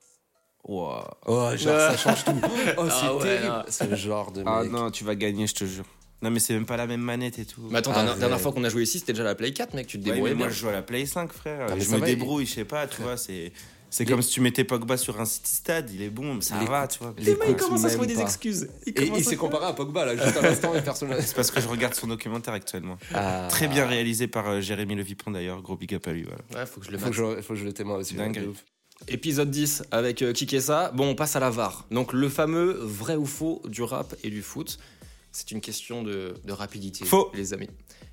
Speaker 3: Wow.
Speaker 1: Oh, genre, ça change tout. Oh, c'est
Speaker 2: Ah ouais,
Speaker 1: terrible.
Speaker 2: non.
Speaker 1: Ce genre de mec.
Speaker 3: Ah non, tu vas gagner, je te jure. Non, mais c'est même pas la même manette et tout.
Speaker 2: Mais attends, la
Speaker 1: Ah,
Speaker 2: dernière
Speaker 1: ouais.
Speaker 2: fois qu'on a joué ici, c'était déjà la Play 4, mec. Tu te
Speaker 3: Ouais, mais
Speaker 2: débrouillais
Speaker 3: moi,
Speaker 2: bien.
Speaker 3: je joue à la Play 5, frère.
Speaker 1: Ah, mais
Speaker 3: je
Speaker 1: ça
Speaker 3: me
Speaker 1: va,
Speaker 3: débrouille, je sais pas, tu vois. C'est, c'est comme si tu mettais Pogba sur un City Stade, il est bon, mais ça
Speaker 1: Les-
Speaker 3: va, tu vois.
Speaker 1: les- mecs, ils commencent à se trouver des
Speaker 2: excuses.
Speaker 1: Et il s'est comparé à Pogba, là, juste à l'instant, et personne.
Speaker 3: C'est parce que je regarde son documentaire actuellement.
Speaker 1: Ah.
Speaker 3: Très bien réalisé par euh, Jérémy Levipon, d'ailleurs. Gros big up à lui, voilà.
Speaker 2: Ouais, faut que je le
Speaker 1: Faut que,
Speaker 2: fasse.
Speaker 1: je, faut que je le témoigne aussi.
Speaker 3: Dingue.
Speaker 1: de ouf.
Speaker 2: Épisode 10 avec euh, Kikessa. Bon, on passe à la VAR. Donc, le fameux vrai ou faux du rap et du foot. C'est une question de, de rapidité,
Speaker 3: Faux.
Speaker 2: les amis.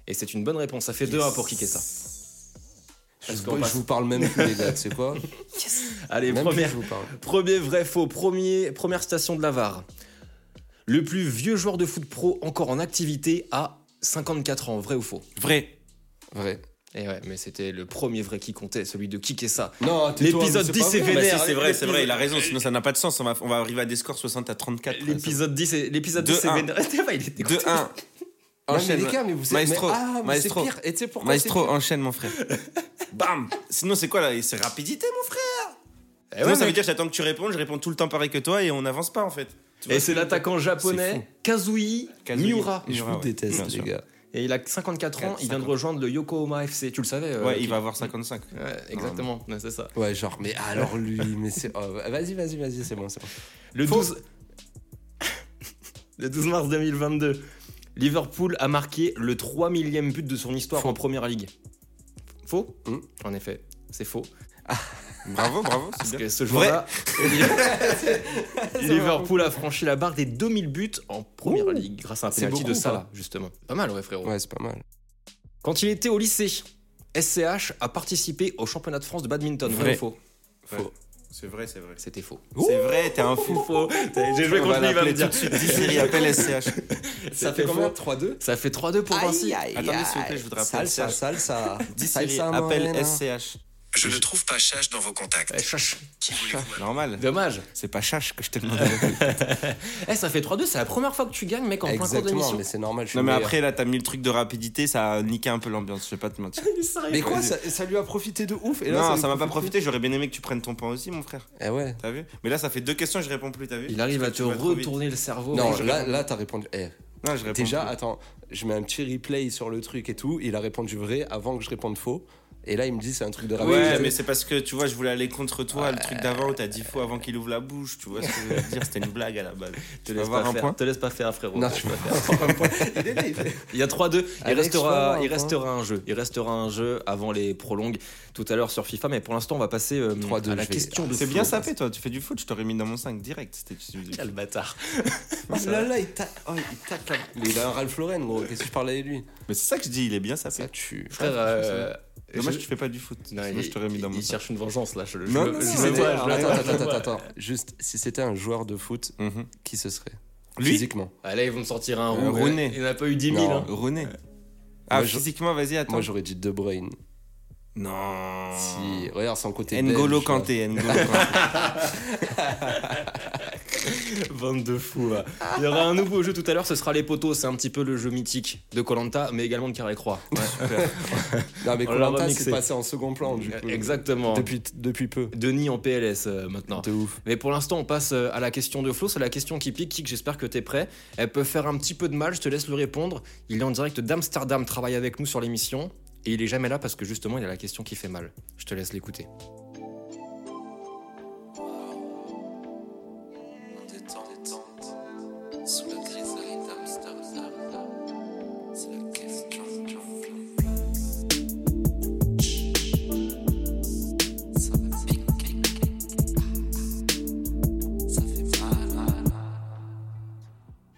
Speaker 2: Et c'est une bonne réponse. Ça fait 2-1 pour Kikessa.
Speaker 1: Je,
Speaker 2: Est-ce
Speaker 1: vous-
Speaker 2: qu'on
Speaker 1: je
Speaker 2: passe
Speaker 1: vous parle même plus, les gars, tu sais quoi
Speaker 2: Allez,
Speaker 1: Même plus,
Speaker 2: première,
Speaker 1: je vous parle.
Speaker 2: premier vrai faux. Premier, première station de la VAR. Le plus vieux joueur de foot pro encore en activité a 54 ans. Vrai ou faux
Speaker 3: Vrai.
Speaker 1: Vrai.
Speaker 2: Et Eh ouais, mais c'était le premier vrai qui comptait, celui de Kikessa.
Speaker 1: Non, tais-toi,
Speaker 2: L'épisode
Speaker 1: mais
Speaker 2: 10
Speaker 1: pas
Speaker 2: est
Speaker 1: vrai.
Speaker 3: Bah si,
Speaker 2: vénère.
Speaker 3: c'est vrai, c'est vrai, il a
Speaker 2: L'épisode-
Speaker 3: raison, sinon ça n'a pas de sens. On va, on va arriver à des scores 60 à 34. presque.
Speaker 2: L'épisode 10 est l'épisode 10
Speaker 3: Deux,
Speaker 2: est
Speaker 3: un.
Speaker 2: vénère. Il était content.
Speaker 3: 2-1.
Speaker 1: Non, mais
Speaker 3: Enchaîne.
Speaker 1: les gars, mais vous êtes-
Speaker 3: Maestro,
Speaker 1: mais- ah, mais c'est
Speaker 3: maestro.
Speaker 1: pire. Et tu sais pourquoi c'est
Speaker 3: Maestro, enchaîne, mon frère. Bam Sinon, c'est quoi là C'est rapidité, mon frère
Speaker 2: Eh
Speaker 3: Sinon,
Speaker 2: ouais,
Speaker 3: ça veut
Speaker 2: mec.
Speaker 3: dire que j'attends que tu répondes, je réponds tout le temps pareil que toi et on n'avance pas en fait. Tu vois
Speaker 2: Et c'est
Speaker 3: ce que je veux dire
Speaker 2: l'attaquant
Speaker 3: C'est fou.
Speaker 2: japonais Kazuyi
Speaker 3: Kazuya.
Speaker 2: Miura.
Speaker 1: Je vous
Speaker 3: ouais.
Speaker 1: déteste,
Speaker 3: Bien
Speaker 1: les
Speaker 3: sûr.
Speaker 1: gars.
Speaker 2: Et il a 54 ans, il vient de
Speaker 3: 50.
Speaker 2: rejoindre le Yokohama FC. Tu le savais euh,
Speaker 3: Ouais,
Speaker 2: Kik-
Speaker 3: il va avoir 55.
Speaker 2: Ouais, exactement, Ouais, c'est ça.
Speaker 1: Ouais, genre, mais alors lui, mais c'est. oh, vas-y, vas-y, vas-y, c'est bon, c'est bon.
Speaker 2: Le 12... le 12 mars 2022, Liverpool a marqué le 3 millième but de son histoire en Première Ligue. Faux
Speaker 3: Mmh.
Speaker 1: Hmm.
Speaker 2: En effet, c'est faux.
Speaker 3: Bravo, bravo, c'est
Speaker 2: Parce
Speaker 3: bien.
Speaker 2: que ce jour-là, Liverpool a franchi la barre des 2000 buts en Première Ligue grâce à un
Speaker 1: C'est
Speaker 2: penalty
Speaker 1: beaucoup,
Speaker 2: de
Speaker 1: ça.
Speaker 2: Salah, justement. Pas mal, ouais, frérot.
Speaker 1: Ouais, c'est pas mal.
Speaker 2: Quand il était au lycée, SCH a participé au championnat de France de badminton. Vrai
Speaker 3: Vrai.
Speaker 2: ou faux
Speaker 3: Faux. C'est vrai, c'est vrai.
Speaker 2: C'était faux.
Speaker 3: C'est vrai, t'es un fou.
Speaker 2: J'ai joué
Speaker 3: On
Speaker 2: contre
Speaker 3: va
Speaker 2: lui, il va me
Speaker 3: l'appeler
Speaker 2: dire.
Speaker 3: tout de suite. Siri, appelle SCH.
Speaker 2: Ça fait combien
Speaker 1: 3-2
Speaker 2: Ça fait 3-2 pour Vinci.
Speaker 3: Attendez, s'il vous plaît, je voudrais appeler
Speaker 1: Salsa,
Speaker 3: SCH.
Speaker 1: salsa.
Speaker 3: Dis Siri,
Speaker 1: Salsa, morena.
Speaker 3: appelle SCH.
Speaker 6: Je ne trouve pas Chache dans vos contacts.
Speaker 2: Eh, chache.
Speaker 6: Qui voulez-vous
Speaker 3: Normal.
Speaker 2: Dommage.
Speaker 3: C'est pas chache que je te demandais.
Speaker 2: Eh, ça fait 3-2, c'est la première fois que tu gagnes, mec, en plein cours de
Speaker 1: Exactement,
Speaker 2: l'émission.
Speaker 1: mais c'est normal. Je suis
Speaker 3: Non, mais
Speaker 1: meilleur.
Speaker 3: après, là, t'as mis le truc de rapidité, ça a niqué un peu l'ambiance, je vais pas te mentir.
Speaker 1: Mais quoi, ça, ça lui a profité de ouf. Et là,
Speaker 3: euh, non,
Speaker 1: lui
Speaker 3: ça m'a pas
Speaker 1: profite-
Speaker 3: profité, j'aurais bien aimé que tu prennes ton pain aussi, mon frère.
Speaker 1: Eh ouais.
Speaker 3: T'as vu Mais là, ça fait deux questions, je réponds plus, t'as vu
Speaker 2: Il arrive à
Speaker 3: Parce
Speaker 2: te
Speaker 3: que tu vas trop vite.
Speaker 2: retourner le cerveau.
Speaker 1: Non,
Speaker 2: mec.
Speaker 1: là, là t'as répondu. Eh,
Speaker 3: Non, je réponds.
Speaker 1: déjà,
Speaker 3: plus.
Speaker 1: attends, je mets un petit replay sur le truc et tout. Il a répondu vrai avant que je réponde faux. Et là, il me dit, c'est un truc de
Speaker 3: Ouais,
Speaker 1: rappeur.
Speaker 3: mais c'est parce que tu vois, je voulais aller contre toi, le truc d'avant où t'as dit faux avant qu'il ouvre la bouche, tu vois ce que je veux dire, c'était une blague à la base.
Speaker 2: Te
Speaker 3: Tu vas
Speaker 2: laisse,
Speaker 3: avoir
Speaker 2: pas
Speaker 3: un
Speaker 2: faire,
Speaker 3: point
Speaker 2: te laisse pas faire, frérot.
Speaker 1: Non,
Speaker 2: Te laisse
Speaker 1: je
Speaker 2: pas faire. Il est né, il est- il y a 3-2. Il,
Speaker 1: Alex,
Speaker 2: restera,
Speaker 1: faut
Speaker 2: il
Speaker 1: un
Speaker 2: restera un jeu. Il restera un jeu avant les prolongues tout à l'heure sur FIFA. Mais pour l'instant, on va passer euh,
Speaker 1: 3-2,
Speaker 2: à la
Speaker 1: je vais-
Speaker 2: question de
Speaker 3: C'est
Speaker 2: Flo.
Speaker 3: bien sapé toi, tu fais du foot, je t'aurais mis dans mon 5 direct. c'était- tu-
Speaker 2: Quel bâtard.
Speaker 1: Oh là là, il tape. Oh, il tape la- Mais il a un Ralph Lauren, gros. Qu'est-ce que je parlais avec lui Ah,
Speaker 3: Mais c'est ça que je dis, il est bien sapé.
Speaker 1: Ça tue.
Speaker 2: Frère, euh,
Speaker 3: Dommage
Speaker 2: je-
Speaker 3: que tu fais pas du foot,
Speaker 2: Non,
Speaker 3: sinon
Speaker 2: il-
Speaker 3: je t'aurais mis dans
Speaker 2: il-
Speaker 3: mon
Speaker 2: Il
Speaker 3: 5.
Speaker 2: cherche une vengeance là. Je, je
Speaker 3: Non,
Speaker 2: me-
Speaker 3: non,
Speaker 2: Euh, je
Speaker 3: non,
Speaker 2: me
Speaker 3: mais-
Speaker 2: vois, je me
Speaker 1: Attends,
Speaker 2: vois.
Speaker 1: attends, attends, attends, attends. Juste, si c'était un joueur de foot,
Speaker 3: Mhm.
Speaker 1: qui ce serait
Speaker 3: Lui
Speaker 1: Physiquement.
Speaker 2: Ah, là, ils vont me sortir un
Speaker 3: Euh,
Speaker 2: roux.
Speaker 3: Rooney.
Speaker 2: Il n'y en a pas eu 10 000.
Speaker 1: Non.
Speaker 2: hein.
Speaker 3: René. Ah,
Speaker 1: Moi, je-
Speaker 3: physiquement, vas-y, attends.
Speaker 1: Moi, j'aurais dit De Bruyne.
Speaker 3: Non.
Speaker 1: Si, regarde, sans côté. belge, hein. euh,
Speaker 3: N'Golo
Speaker 1: là.
Speaker 3: Kanté, N'Golo Kanté.
Speaker 2: Bande de fous. va. Il y aura un nouveau jeu tout à l'heure, ce sera les poteaux. C'est un petit peu le jeu mythique de Colanta, mais également de Carré-Croix.
Speaker 1: Non, mais
Speaker 2: On l'a
Speaker 1: Colanta,
Speaker 2: remixé.
Speaker 1: c'est passé en second plan, du coup.
Speaker 2: Exactement.
Speaker 1: Depuis, depuis peu.
Speaker 2: Denis en PLS euh, maintenant.
Speaker 1: De ouf.
Speaker 2: Mais pour l'instant, on passe euh, à la question de Flo. C'est la question qui pique. Kik, j'espère que t'es prêt. Elle peut faire un petit peu de mal, je te laisse le répondre. Il est en direct d'Amsterdam, travaille avec nous sur l'émission. Et il est jamais là parce que justement, il a la question qui fait mal. Je te laisse l'écouter.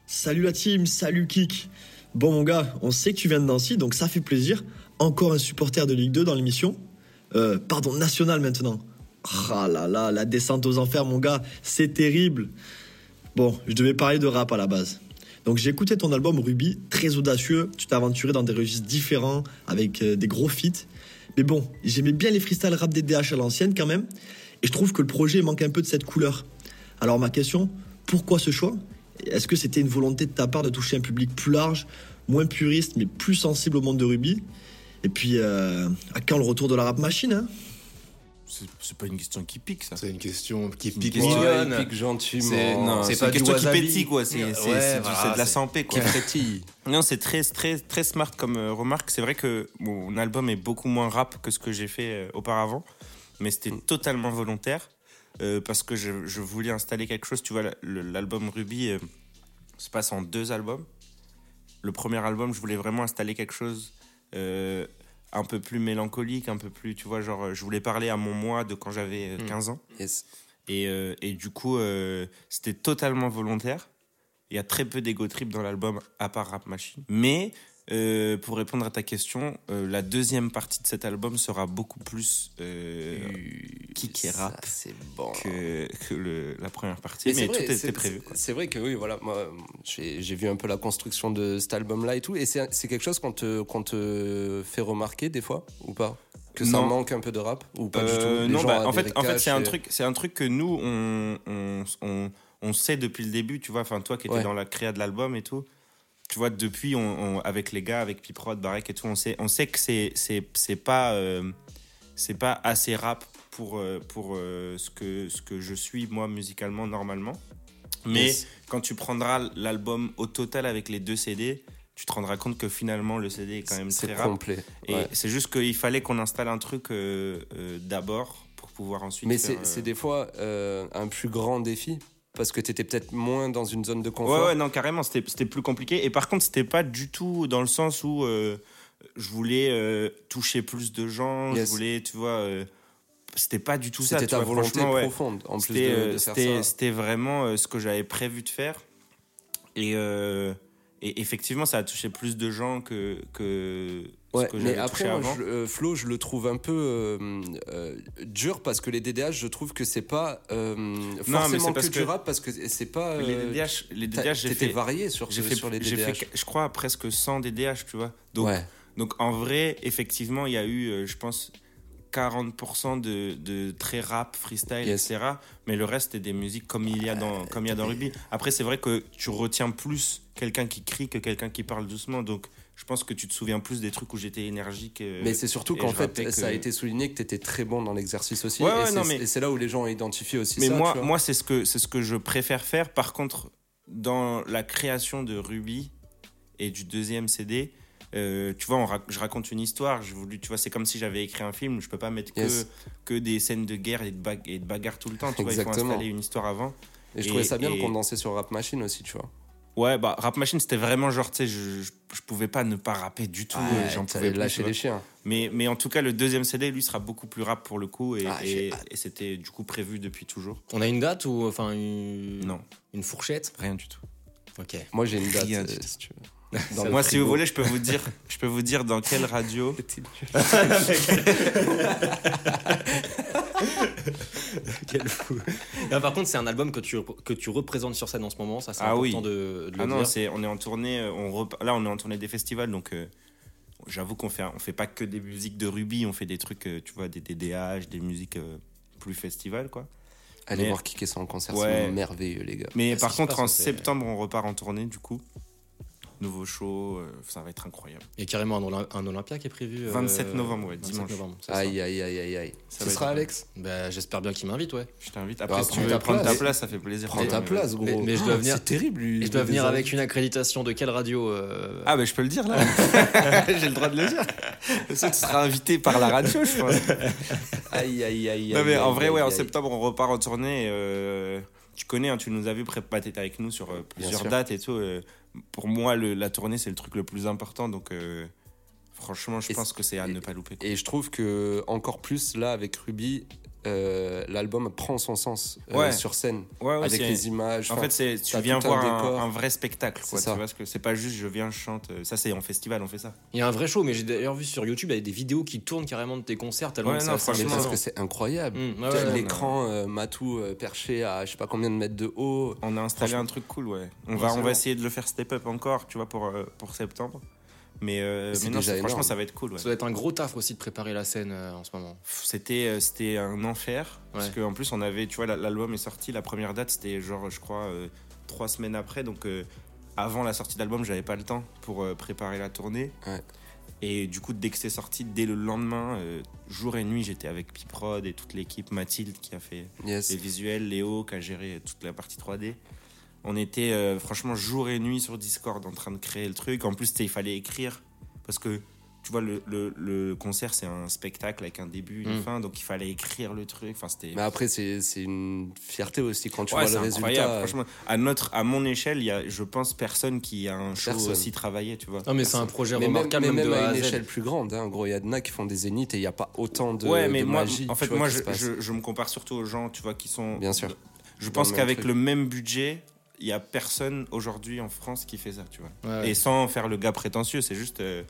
Speaker 7: Salut la team, salut Kik. Bon mon gars, on sait que tu viens de Nancy, donc ça fait plaisir. Encore un supporter de Ligue 2 dans l'émission. Euh, pardon, national maintenant. Ah là là, la descente aux enfers mon gars, c'est terrible. Bon, je devais parler de rap à la base. Donc j'ai écouté ton album Ruby, très audacieux. Tu t'es aventuré dans des registres différents avec euh, des gros feats. Mais bon, j'aimais bien les freestyle rap des DH à l'ancienne quand même. Et je trouve que le projet manque un peu de cette couleur. Alors ma question, pourquoi ce choix Est-ce que c'était une volonté de ta part de toucher un public plus large, moins puriste, mais plus sensible au monde de Ruby Et puis, euh, à quand le retour de la rap machine hein
Speaker 3: C'est c'est pas une question qui pique, ça.
Speaker 2: une question qui
Speaker 3: pique
Speaker 1: Ouais, il pique gentiment.
Speaker 3: Non,
Speaker 2: c'est
Speaker 3: c'est
Speaker 2: pas
Speaker 3: une
Speaker 2: du
Speaker 3: question qui
Speaker 2: wasabi.
Speaker 3: pétille, quoi. C'est
Speaker 2: Ouais,
Speaker 3: c'est- c'est du-
Speaker 2: voilà,
Speaker 3: c'est de la
Speaker 2: c'est-
Speaker 3: santé, quoi.
Speaker 1: frétille.
Speaker 3: Non, c'est très, très, très smart comme euh, remarque. C'est vrai que mon album est beaucoup moins rap que ce que j'ai fait euh, auparavant, mais c'était
Speaker 2: Mm.
Speaker 3: totalement volontaire euh, parce que je, je voulais installer quelque chose. Tu vois, la- le- l'album Ruby euh, se passe en deux albums. Le premier album, je voulais vraiment installer quelque chose euh, un peu plus mélancolique, un peu plus, tu vois, genre, euh, je voulais parler à mon moi de quand j'avais euh, 15 ans.
Speaker 1: Mm. Yes.
Speaker 3: Et, euh, et du coup, euh, c'était totalement volontaire. Il y a très peu d'ego trip dans l'album, à part Rap Machine. Mais euh, pour répondre à ta question, euh, la deuxième partie de cet album sera beaucoup plus euh, kick et rap
Speaker 1: Ça, C'est bon.
Speaker 3: que, que le- la première partie. Mais,
Speaker 1: c'est
Speaker 3: tout
Speaker 1: vrai,
Speaker 3: était
Speaker 1: c'est-
Speaker 3: prévu.
Speaker 1: c'est- C'est vrai que oui, voilà, moi j'ai j'ai vu un peu la construction de cet album-là et tout, et c'est c'est quelque chose qu'on te, qu'on te fait remarquer des fois ou pas Que ça
Speaker 3: Non.
Speaker 1: manque un peu de rap ou pas du
Speaker 3: Euh,
Speaker 1: tout Les
Speaker 3: non,
Speaker 1: gens
Speaker 3: bah,
Speaker 1: à
Speaker 3: en
Speaker 1: des
Speaker 3: fait, en fait,
Speaker 1: récaches
Speaker 3: c'est un
Speaker 1: et-
Speaker 3: truc, c'est un truc que nous on, on, on- on sait depuis le début, tu vois. Enfin, toi qui étais
Speaker 1: Ouais.
Speaker 3: dans la créa de l'album et tout, tu vois, depuis on, on- avec les gars, avec Piprod, Barek et tout, on sait, on sait que c'est c'est c'est pas euh, c'est pas assez rap pour euh, pour euh, ce que ce que je suis moi musicalement normalement. Mais
Speaker 1: Yes.
Speaker 3: quand tu prendras l'album au total avec les deux CD, tu te rendras compte que finalement le CD est quand même
Speaker 1: C'est
Speaker 3: très rap.
Speaker 1: complet.
Speaker 3: Et
Speaker 1: ouais.
Speaker 3: c'est juste qu'il fallait qu'on installe un truc euh, euh, d'abord pour pouvoir ensuite.
Speaker 1: Mais
Speaker 3: faire,
Speaker 1: c'est
Speaker 3: euh,
Speaker 1: c'est des fois euh, un plus grand défi parce que t'étais peut-être moins dans une zone de confort.
Speaker 3: Ouais, ouais, non, carrément, c'était c'était plus compliqué. Et par contre, c'était pas du tout dans le sens où euh, je voulais euh, toucher plus de gens,
Speaker 1: Yes.
Speaker 3: je voulais, tu vois. euh, c'était pas du tout ça.
Speaker 1: C'était
Speaker 3: tu
Speaker 1: ta
Speaker 3: vois,
Speaker 1: volonté
Speaker 3: franchement, ouais.
Speaker 1: profonde en plus de,
Speaker 3: C'était euh,
Speaker 1: de faire
Speaker 3: c'était-
Speaker 1: ça.
Speaker 3: c'était vraiment euh, ce que j'avais prévu de faire. Et, euh, et effectivement, ça a touché plus de gens que, que
Speaker 1: Ouais,
Speaker 3: ce que
Speaker 1: mais
Speaker 3: j'avais touché
Speaker 1: après, moi,
Speaker 3: avant.
Speaker 1: je- euh, Flo, je le trouve un peu euh, euh, dur parce que les DDH, je trouve que c'est pas euh,
Speaker 3: mais
Speaker 1: forcément
Speaker 3: c'est
Speaker 1: que,
Speaker 3: parce
Speaker 1: du
Speaker 3: que-
Speaker 1: rap parce que c'est pas.
Speaker 3: Les
Speaker 1: euh,
Speaker 3: DDH, les
Speaker 1: t'as-
Speaker 3: DDH j'ai
Speaker 1: t'étais
Speaker 3: fait.
Speaker 1: varié sur,
Speaker 3: J'ai fait,
Speaker 1: sur les
Speaker 3: j'ai
Speaker 1: DDH.
Speaker 3: fait, je crois, presque 100 DDH, tu vois. Donc,
Speaker 1: ouais,
Speaker 3: donc en vrai, effectivement, il y a eu, euh, je pense, 40% de, de très rap, freestyle,
Speaker 1: Yes. Ah,
Speaker 3: etc. Mais le reste, c'est des musiques comme il y a dans, comme il y a dans Ruby. Après, c'est vrai que tu retiens plus quelqu'un qui crie que quelqu'un qui parle doucement. Donc, je pense que tu te souviens plus des trucs où j'étais énergique. euh,
Speaker 1: mais c'est surtout
Speaker 3: et
Speaker 1: qu'en
Speaker 3: je
Speaker 1: fait,
Speaker 3: rappelais que-
Speaker 1: ça a été souligné que t'étais très bon dans l'exercice aussi.
Speaker 3: Ouais,
Speaker 1: et
Speaker 3: ouais,
Speaker 1: c'est-
Speaker 3: non, mais-
Speaker 1: et c'est là où les gens ont identifié aussi
Speaker 3: Mais
Speaker 1: ça.
Speaker 3: moi,
Speaker 1: tu vois.
Speaker 3: moi c'est ce que c'est ce que je préfère faire. Par contre, dans la création de Ruby et du deuxième CD, euh, tu vois, on rac- je raconte une histoire. Je voulais, tu vois, c'est comme si j'avais écrit un film. Je peux pas mettre que,
Speaker 1: Yes.
Speaker 3: que des scènes de guerre et de, bag- et de bagarre tout le temps. Tu vois, il faut
Speaker 1: Exactement.
Speaker 3: installer une histoire avant.
Speaker 1: Et je trouvais
Speaker 3: Et-
Speaker 1: ça bien
Speaker 3: et-
Speaker 1: de condenser sur Rap Machine aussi, tu vois.
Speaker 3: Ouais, bah, Rap Machine, c'était vraiment genre, tu sais, je, je, je pouvais pas ne pas rapper du tout. euh, J'en pouvais plus, tu
Speaker 1: lâcher
Speaker 3: vois.
Speaker 1: les chiens.
Speaker 3: Mais, mais en tout cas, le deuxième CD, lui, sera beaucoup plus rap pour le coup. Et,
Speaker 1: Ah, j'ai
Speaker 3: et, et c'était du coup prévu depuis toujours.
Speaker 2: On a une date ou enfin
Speaker 1: Mm.
Speaker 2: une,
Speaker 3: Non,
Speaker 2: une fourchette
Speaker 3: rien du tout.
Speaker 2: Ok.
Speaker 1: Moi, j'ai une date,
Speaker 3: Rien
Speaker 1: euh,
Speaker 3: du tout.
Speaker 1: si tu veux.
Speaker 2: Dans le
Speaker 3: Moi, si
Speaker 2: frigo.
Speaker 3: vous voulez, je peux vous dire, je peux vous dire dans quelle radio.
Speaker 2: Quel fou. Là, par contre, c'est un album que tu, que tu représentes sur scène en ce moment. Ça, c'est
Speaker 3: Ah
Speaker 2: important
Speaker 3: oui.
Speaker 2: de, de le
Speaker 3: Ah non,
Speaker 2: dire.
Speaker 3: c'est on est en tournée, euh, on repa- là on est en tournée des festivals, donc euh, j'avoue qu'on fait un- on fait pas que des musiques de Ruby, on fait des trucs, euh, tu vois, des DDH, des musiques euh, plus festivals quoi.
Speaker 1: Allez
Speaker 3: Mais-
Speaker 1: voir Kik et ça en concert,
Speaker 3: Ouais.
Speaker 1: c'est vraiment merveilleux, les gars.
Speaker 3: Mais
Speaker 2: ce
Speaker 3: par
Speaker 2: qui se
Speaker 3: contre
Speaker 2: passe, euh,
Speaker 3: en
Speaker 2: c'est-
Speaker 3: septembre on repart en tournée du coup, nouveau show, euh, ça va être incroyable.
Speaker 2: Il y a carrément un, Olym- un Olympia qui est prévu. euh,
Speaker 3: 27 novembre, ouais, dimanche.
Speaker 2: novembre, c'est ça.
Speaker 1: Aïe, aïe, aïe, aïe, aïe.
Speaker 3: Ça
Speaker 1: Ce
Speaker 3: va
Speaker 1: sera
Speaker 3: être-
Speaker 1: Alex
Speaker 2: Bah, J'espère bien qu'il m'invite, ouais.
Speaker 3: Je t'invite. Après
Speaker 1: Bah,
Speaker 3: si tu
Speaker 1: prends
Speaker 3: veux
Speaker 1: ta
Speaker 3: prendre ta
Speaker 1: place.
Speaker 3: place, ça fait plaisir. euh,
Speaker 1: Prends ta
Speaker 3: Ouais, ouais.
Speaker 1: place, gros.
Speaker 2: Mais- mais je dois
Speaker 1: Ah,
Speaker 2: venir-
Speaker 1: C'est terrible, lui.
Speaker 2: Et je dois venir avec une accréditation de quelle radio euh,
Speaker 3: Ah ben je peux le dire là. J'ai le droit de le dire. Parce que tu seras invité par la radio, je pense.
Speaker 1: Aïe, aïe, aïe,
Speaker 3: Non
Speaker 1: aïe,
Speaker 3: mais en
Speaker 1: aïe,
Speaker 3: vrai
Speaker 1: aïe,
Speaker 3: ouais en
Speaker 1: aïe.
Speaker 3: septembre on repart en tournée. et, euh, tu connais, hein, tu nous avais préparé t'étais avec nous sur euh, plusieurs
Speaker 1: sûr.
Speaker 3: dates et tout. euh, pour moi le- la tournée c'est le truc le plus important donc euh, franchement je
Speaker 1: Et
Speaker 3: pense que c'est à
Speaker 1: et-
Speaker 3: ne pas louper. quoi.
Speaker 1: Et je trouve que, encore plus, là, avec Ruby, euh, l'album prend son sens euh,
Speaker 3: Ouais.
Speaker 1: sur scène.
Speaker 3: Ouais, ouais,
Speaker 1: avec
Speaker 3: c'est-
Speaker 1: les images.
Speaker 3: en
Speaker 1: enfin,
Speaker 3: fait c'est tu
Speaker 1: t'as
Speaker 3: viens
Speaker 1: tout un
Speaker 3: voir un,
Speaker 1: décor.
Speaker 3: un vrai spectacle quoi.
Speaker 1: C'est
Speaker 3: Tu
Speaker 1: ça.
Speaker 3: vois ce que c'est pas juste je viens je chante euh, ça c'est en festival on fait ça.
Speaker 2: Il y a un vrai show, mais j'ai d'ailleurs vu sur YouTube, il y a des vidéos qui tournent carrément de tes concerts tellement
Speaker 3: Ouais,
Speaker 2: que
Speaker 3: non,
Speaker 2: c'est assez
Speaker 1: mais
Speaker 3: franchement, Mm. Ah
Speaker 2: impressionnant.
Speaker 1: parce que c'est incroyable.
Speaker 2: Mmh, ouais,
Speaker 1: T'as
Speaker 2: ouais, ouais.
Speaker 1: L'écran euh, Matou euh, perché à je sais pas combien de mètres de haut.
Speaker 3: On a installé
Speaker 1: Franchement.
Speaker 3: un truc cool ouais. On va on
Speaker 2: c'est
Speaker 3: va
Speaker 2: bon.
Speaker 3: essayer de le faire step up encore tu vois pour euh, pour septembre. Mais, euh,
Speaker 1: Mais c'est
Speaker 3: mais non
Speaker 1: déjà
Speaker 3: c'est- franchement
Speaker 1: énorme.
Speaker 3: ça va être cool ouais.
Speaker 2: Ça doit être un gros taf aussi de préparer la scène euh, en ce moment.
Speaker 3: Pff, c'était euh, c'était un enfer parce
Speaker 2: Ouais.
Speaker 3: qu'en plus on avait tu vois la- l'album est sorti la première date c'était genre je crois euh, trois semaines après donc euh, avant la sortie de l'album j'avais pas le temps pour euh, préparer la tournée
Speaker 1: Ouais.
Speaker 3: et du coup dès que c'est sorti dès le lendemain euh, jour et nuit j'étais avec Piprod et toute l'équipe Mathilde qui a fait
Speaker 1: Yes.
Speaker 3: les visuels Léo qui a géré toute la partie 3D on était euh, franchement jour et nuit sur Discord en train de créer le truc en plus c'était- il fallait écrire parce que tu vois le, le- le concert c'est un spectacle avec un début une
Speaker 2: Mm.
Speaker 3: fin donc il fallait écrire le truc enfin c'était
Speaker 1: Mais après, c'est c'est une fierté aussi quand Bah, tu
Speaker 3: Ouais,
Speaker 1: vois
Speaker 3: c'est
Speaker 1: le
Speaker 3: incroyable
Speaker 1: résultat.
Speaker 3: franchement à notre à mon échelle il y a je pense personne qui a un show
Speaker 1: Personne.
Speaker 3: aussi travaillé tu vois
Speaker 2: Non, Ah, mais c'est un projet
Speaker 1: Mais même,
Speaker 2: remarquable,
Speaker 1: mais
Speaker 2: même, de
Speaker 1: même
Speaker 2: A
Speaker 1: à
Speaker 2: à
Speaker 1: une
Speaker 2: Z.
Speaker 1: échelle plus grande, hein. En gros, il y a de nas qui font des zéniths et il n'y a pas autant de,
Speaker 3: ouais mais
Speaker 1: de
Speaker 3: moi
Speaker 1: magie.
Speaker 3: en fait
Speaker 1: tu vois,
Speaker 3: moi
Speaker 1: qui
Speaker 3: je,
Speaker 1: se passe.
Speaker 3: je- je me compare surtout aux gens tu vois qui sont
Speaker 1: Bien sûr.
Speaker 3: je
Speaker 1: Dans le
Speaker 3: pense
Speaker 1: même
Speaker 3: qu'avec
Speaker 1: truc.
Speaker 3: le même budget il y a personne aujourd'hui en France qui fait ça tu vois
Speaker 2: Ouais, ouais.
Speaker 3: et sans faire le gars prétentieux c'est juste euh,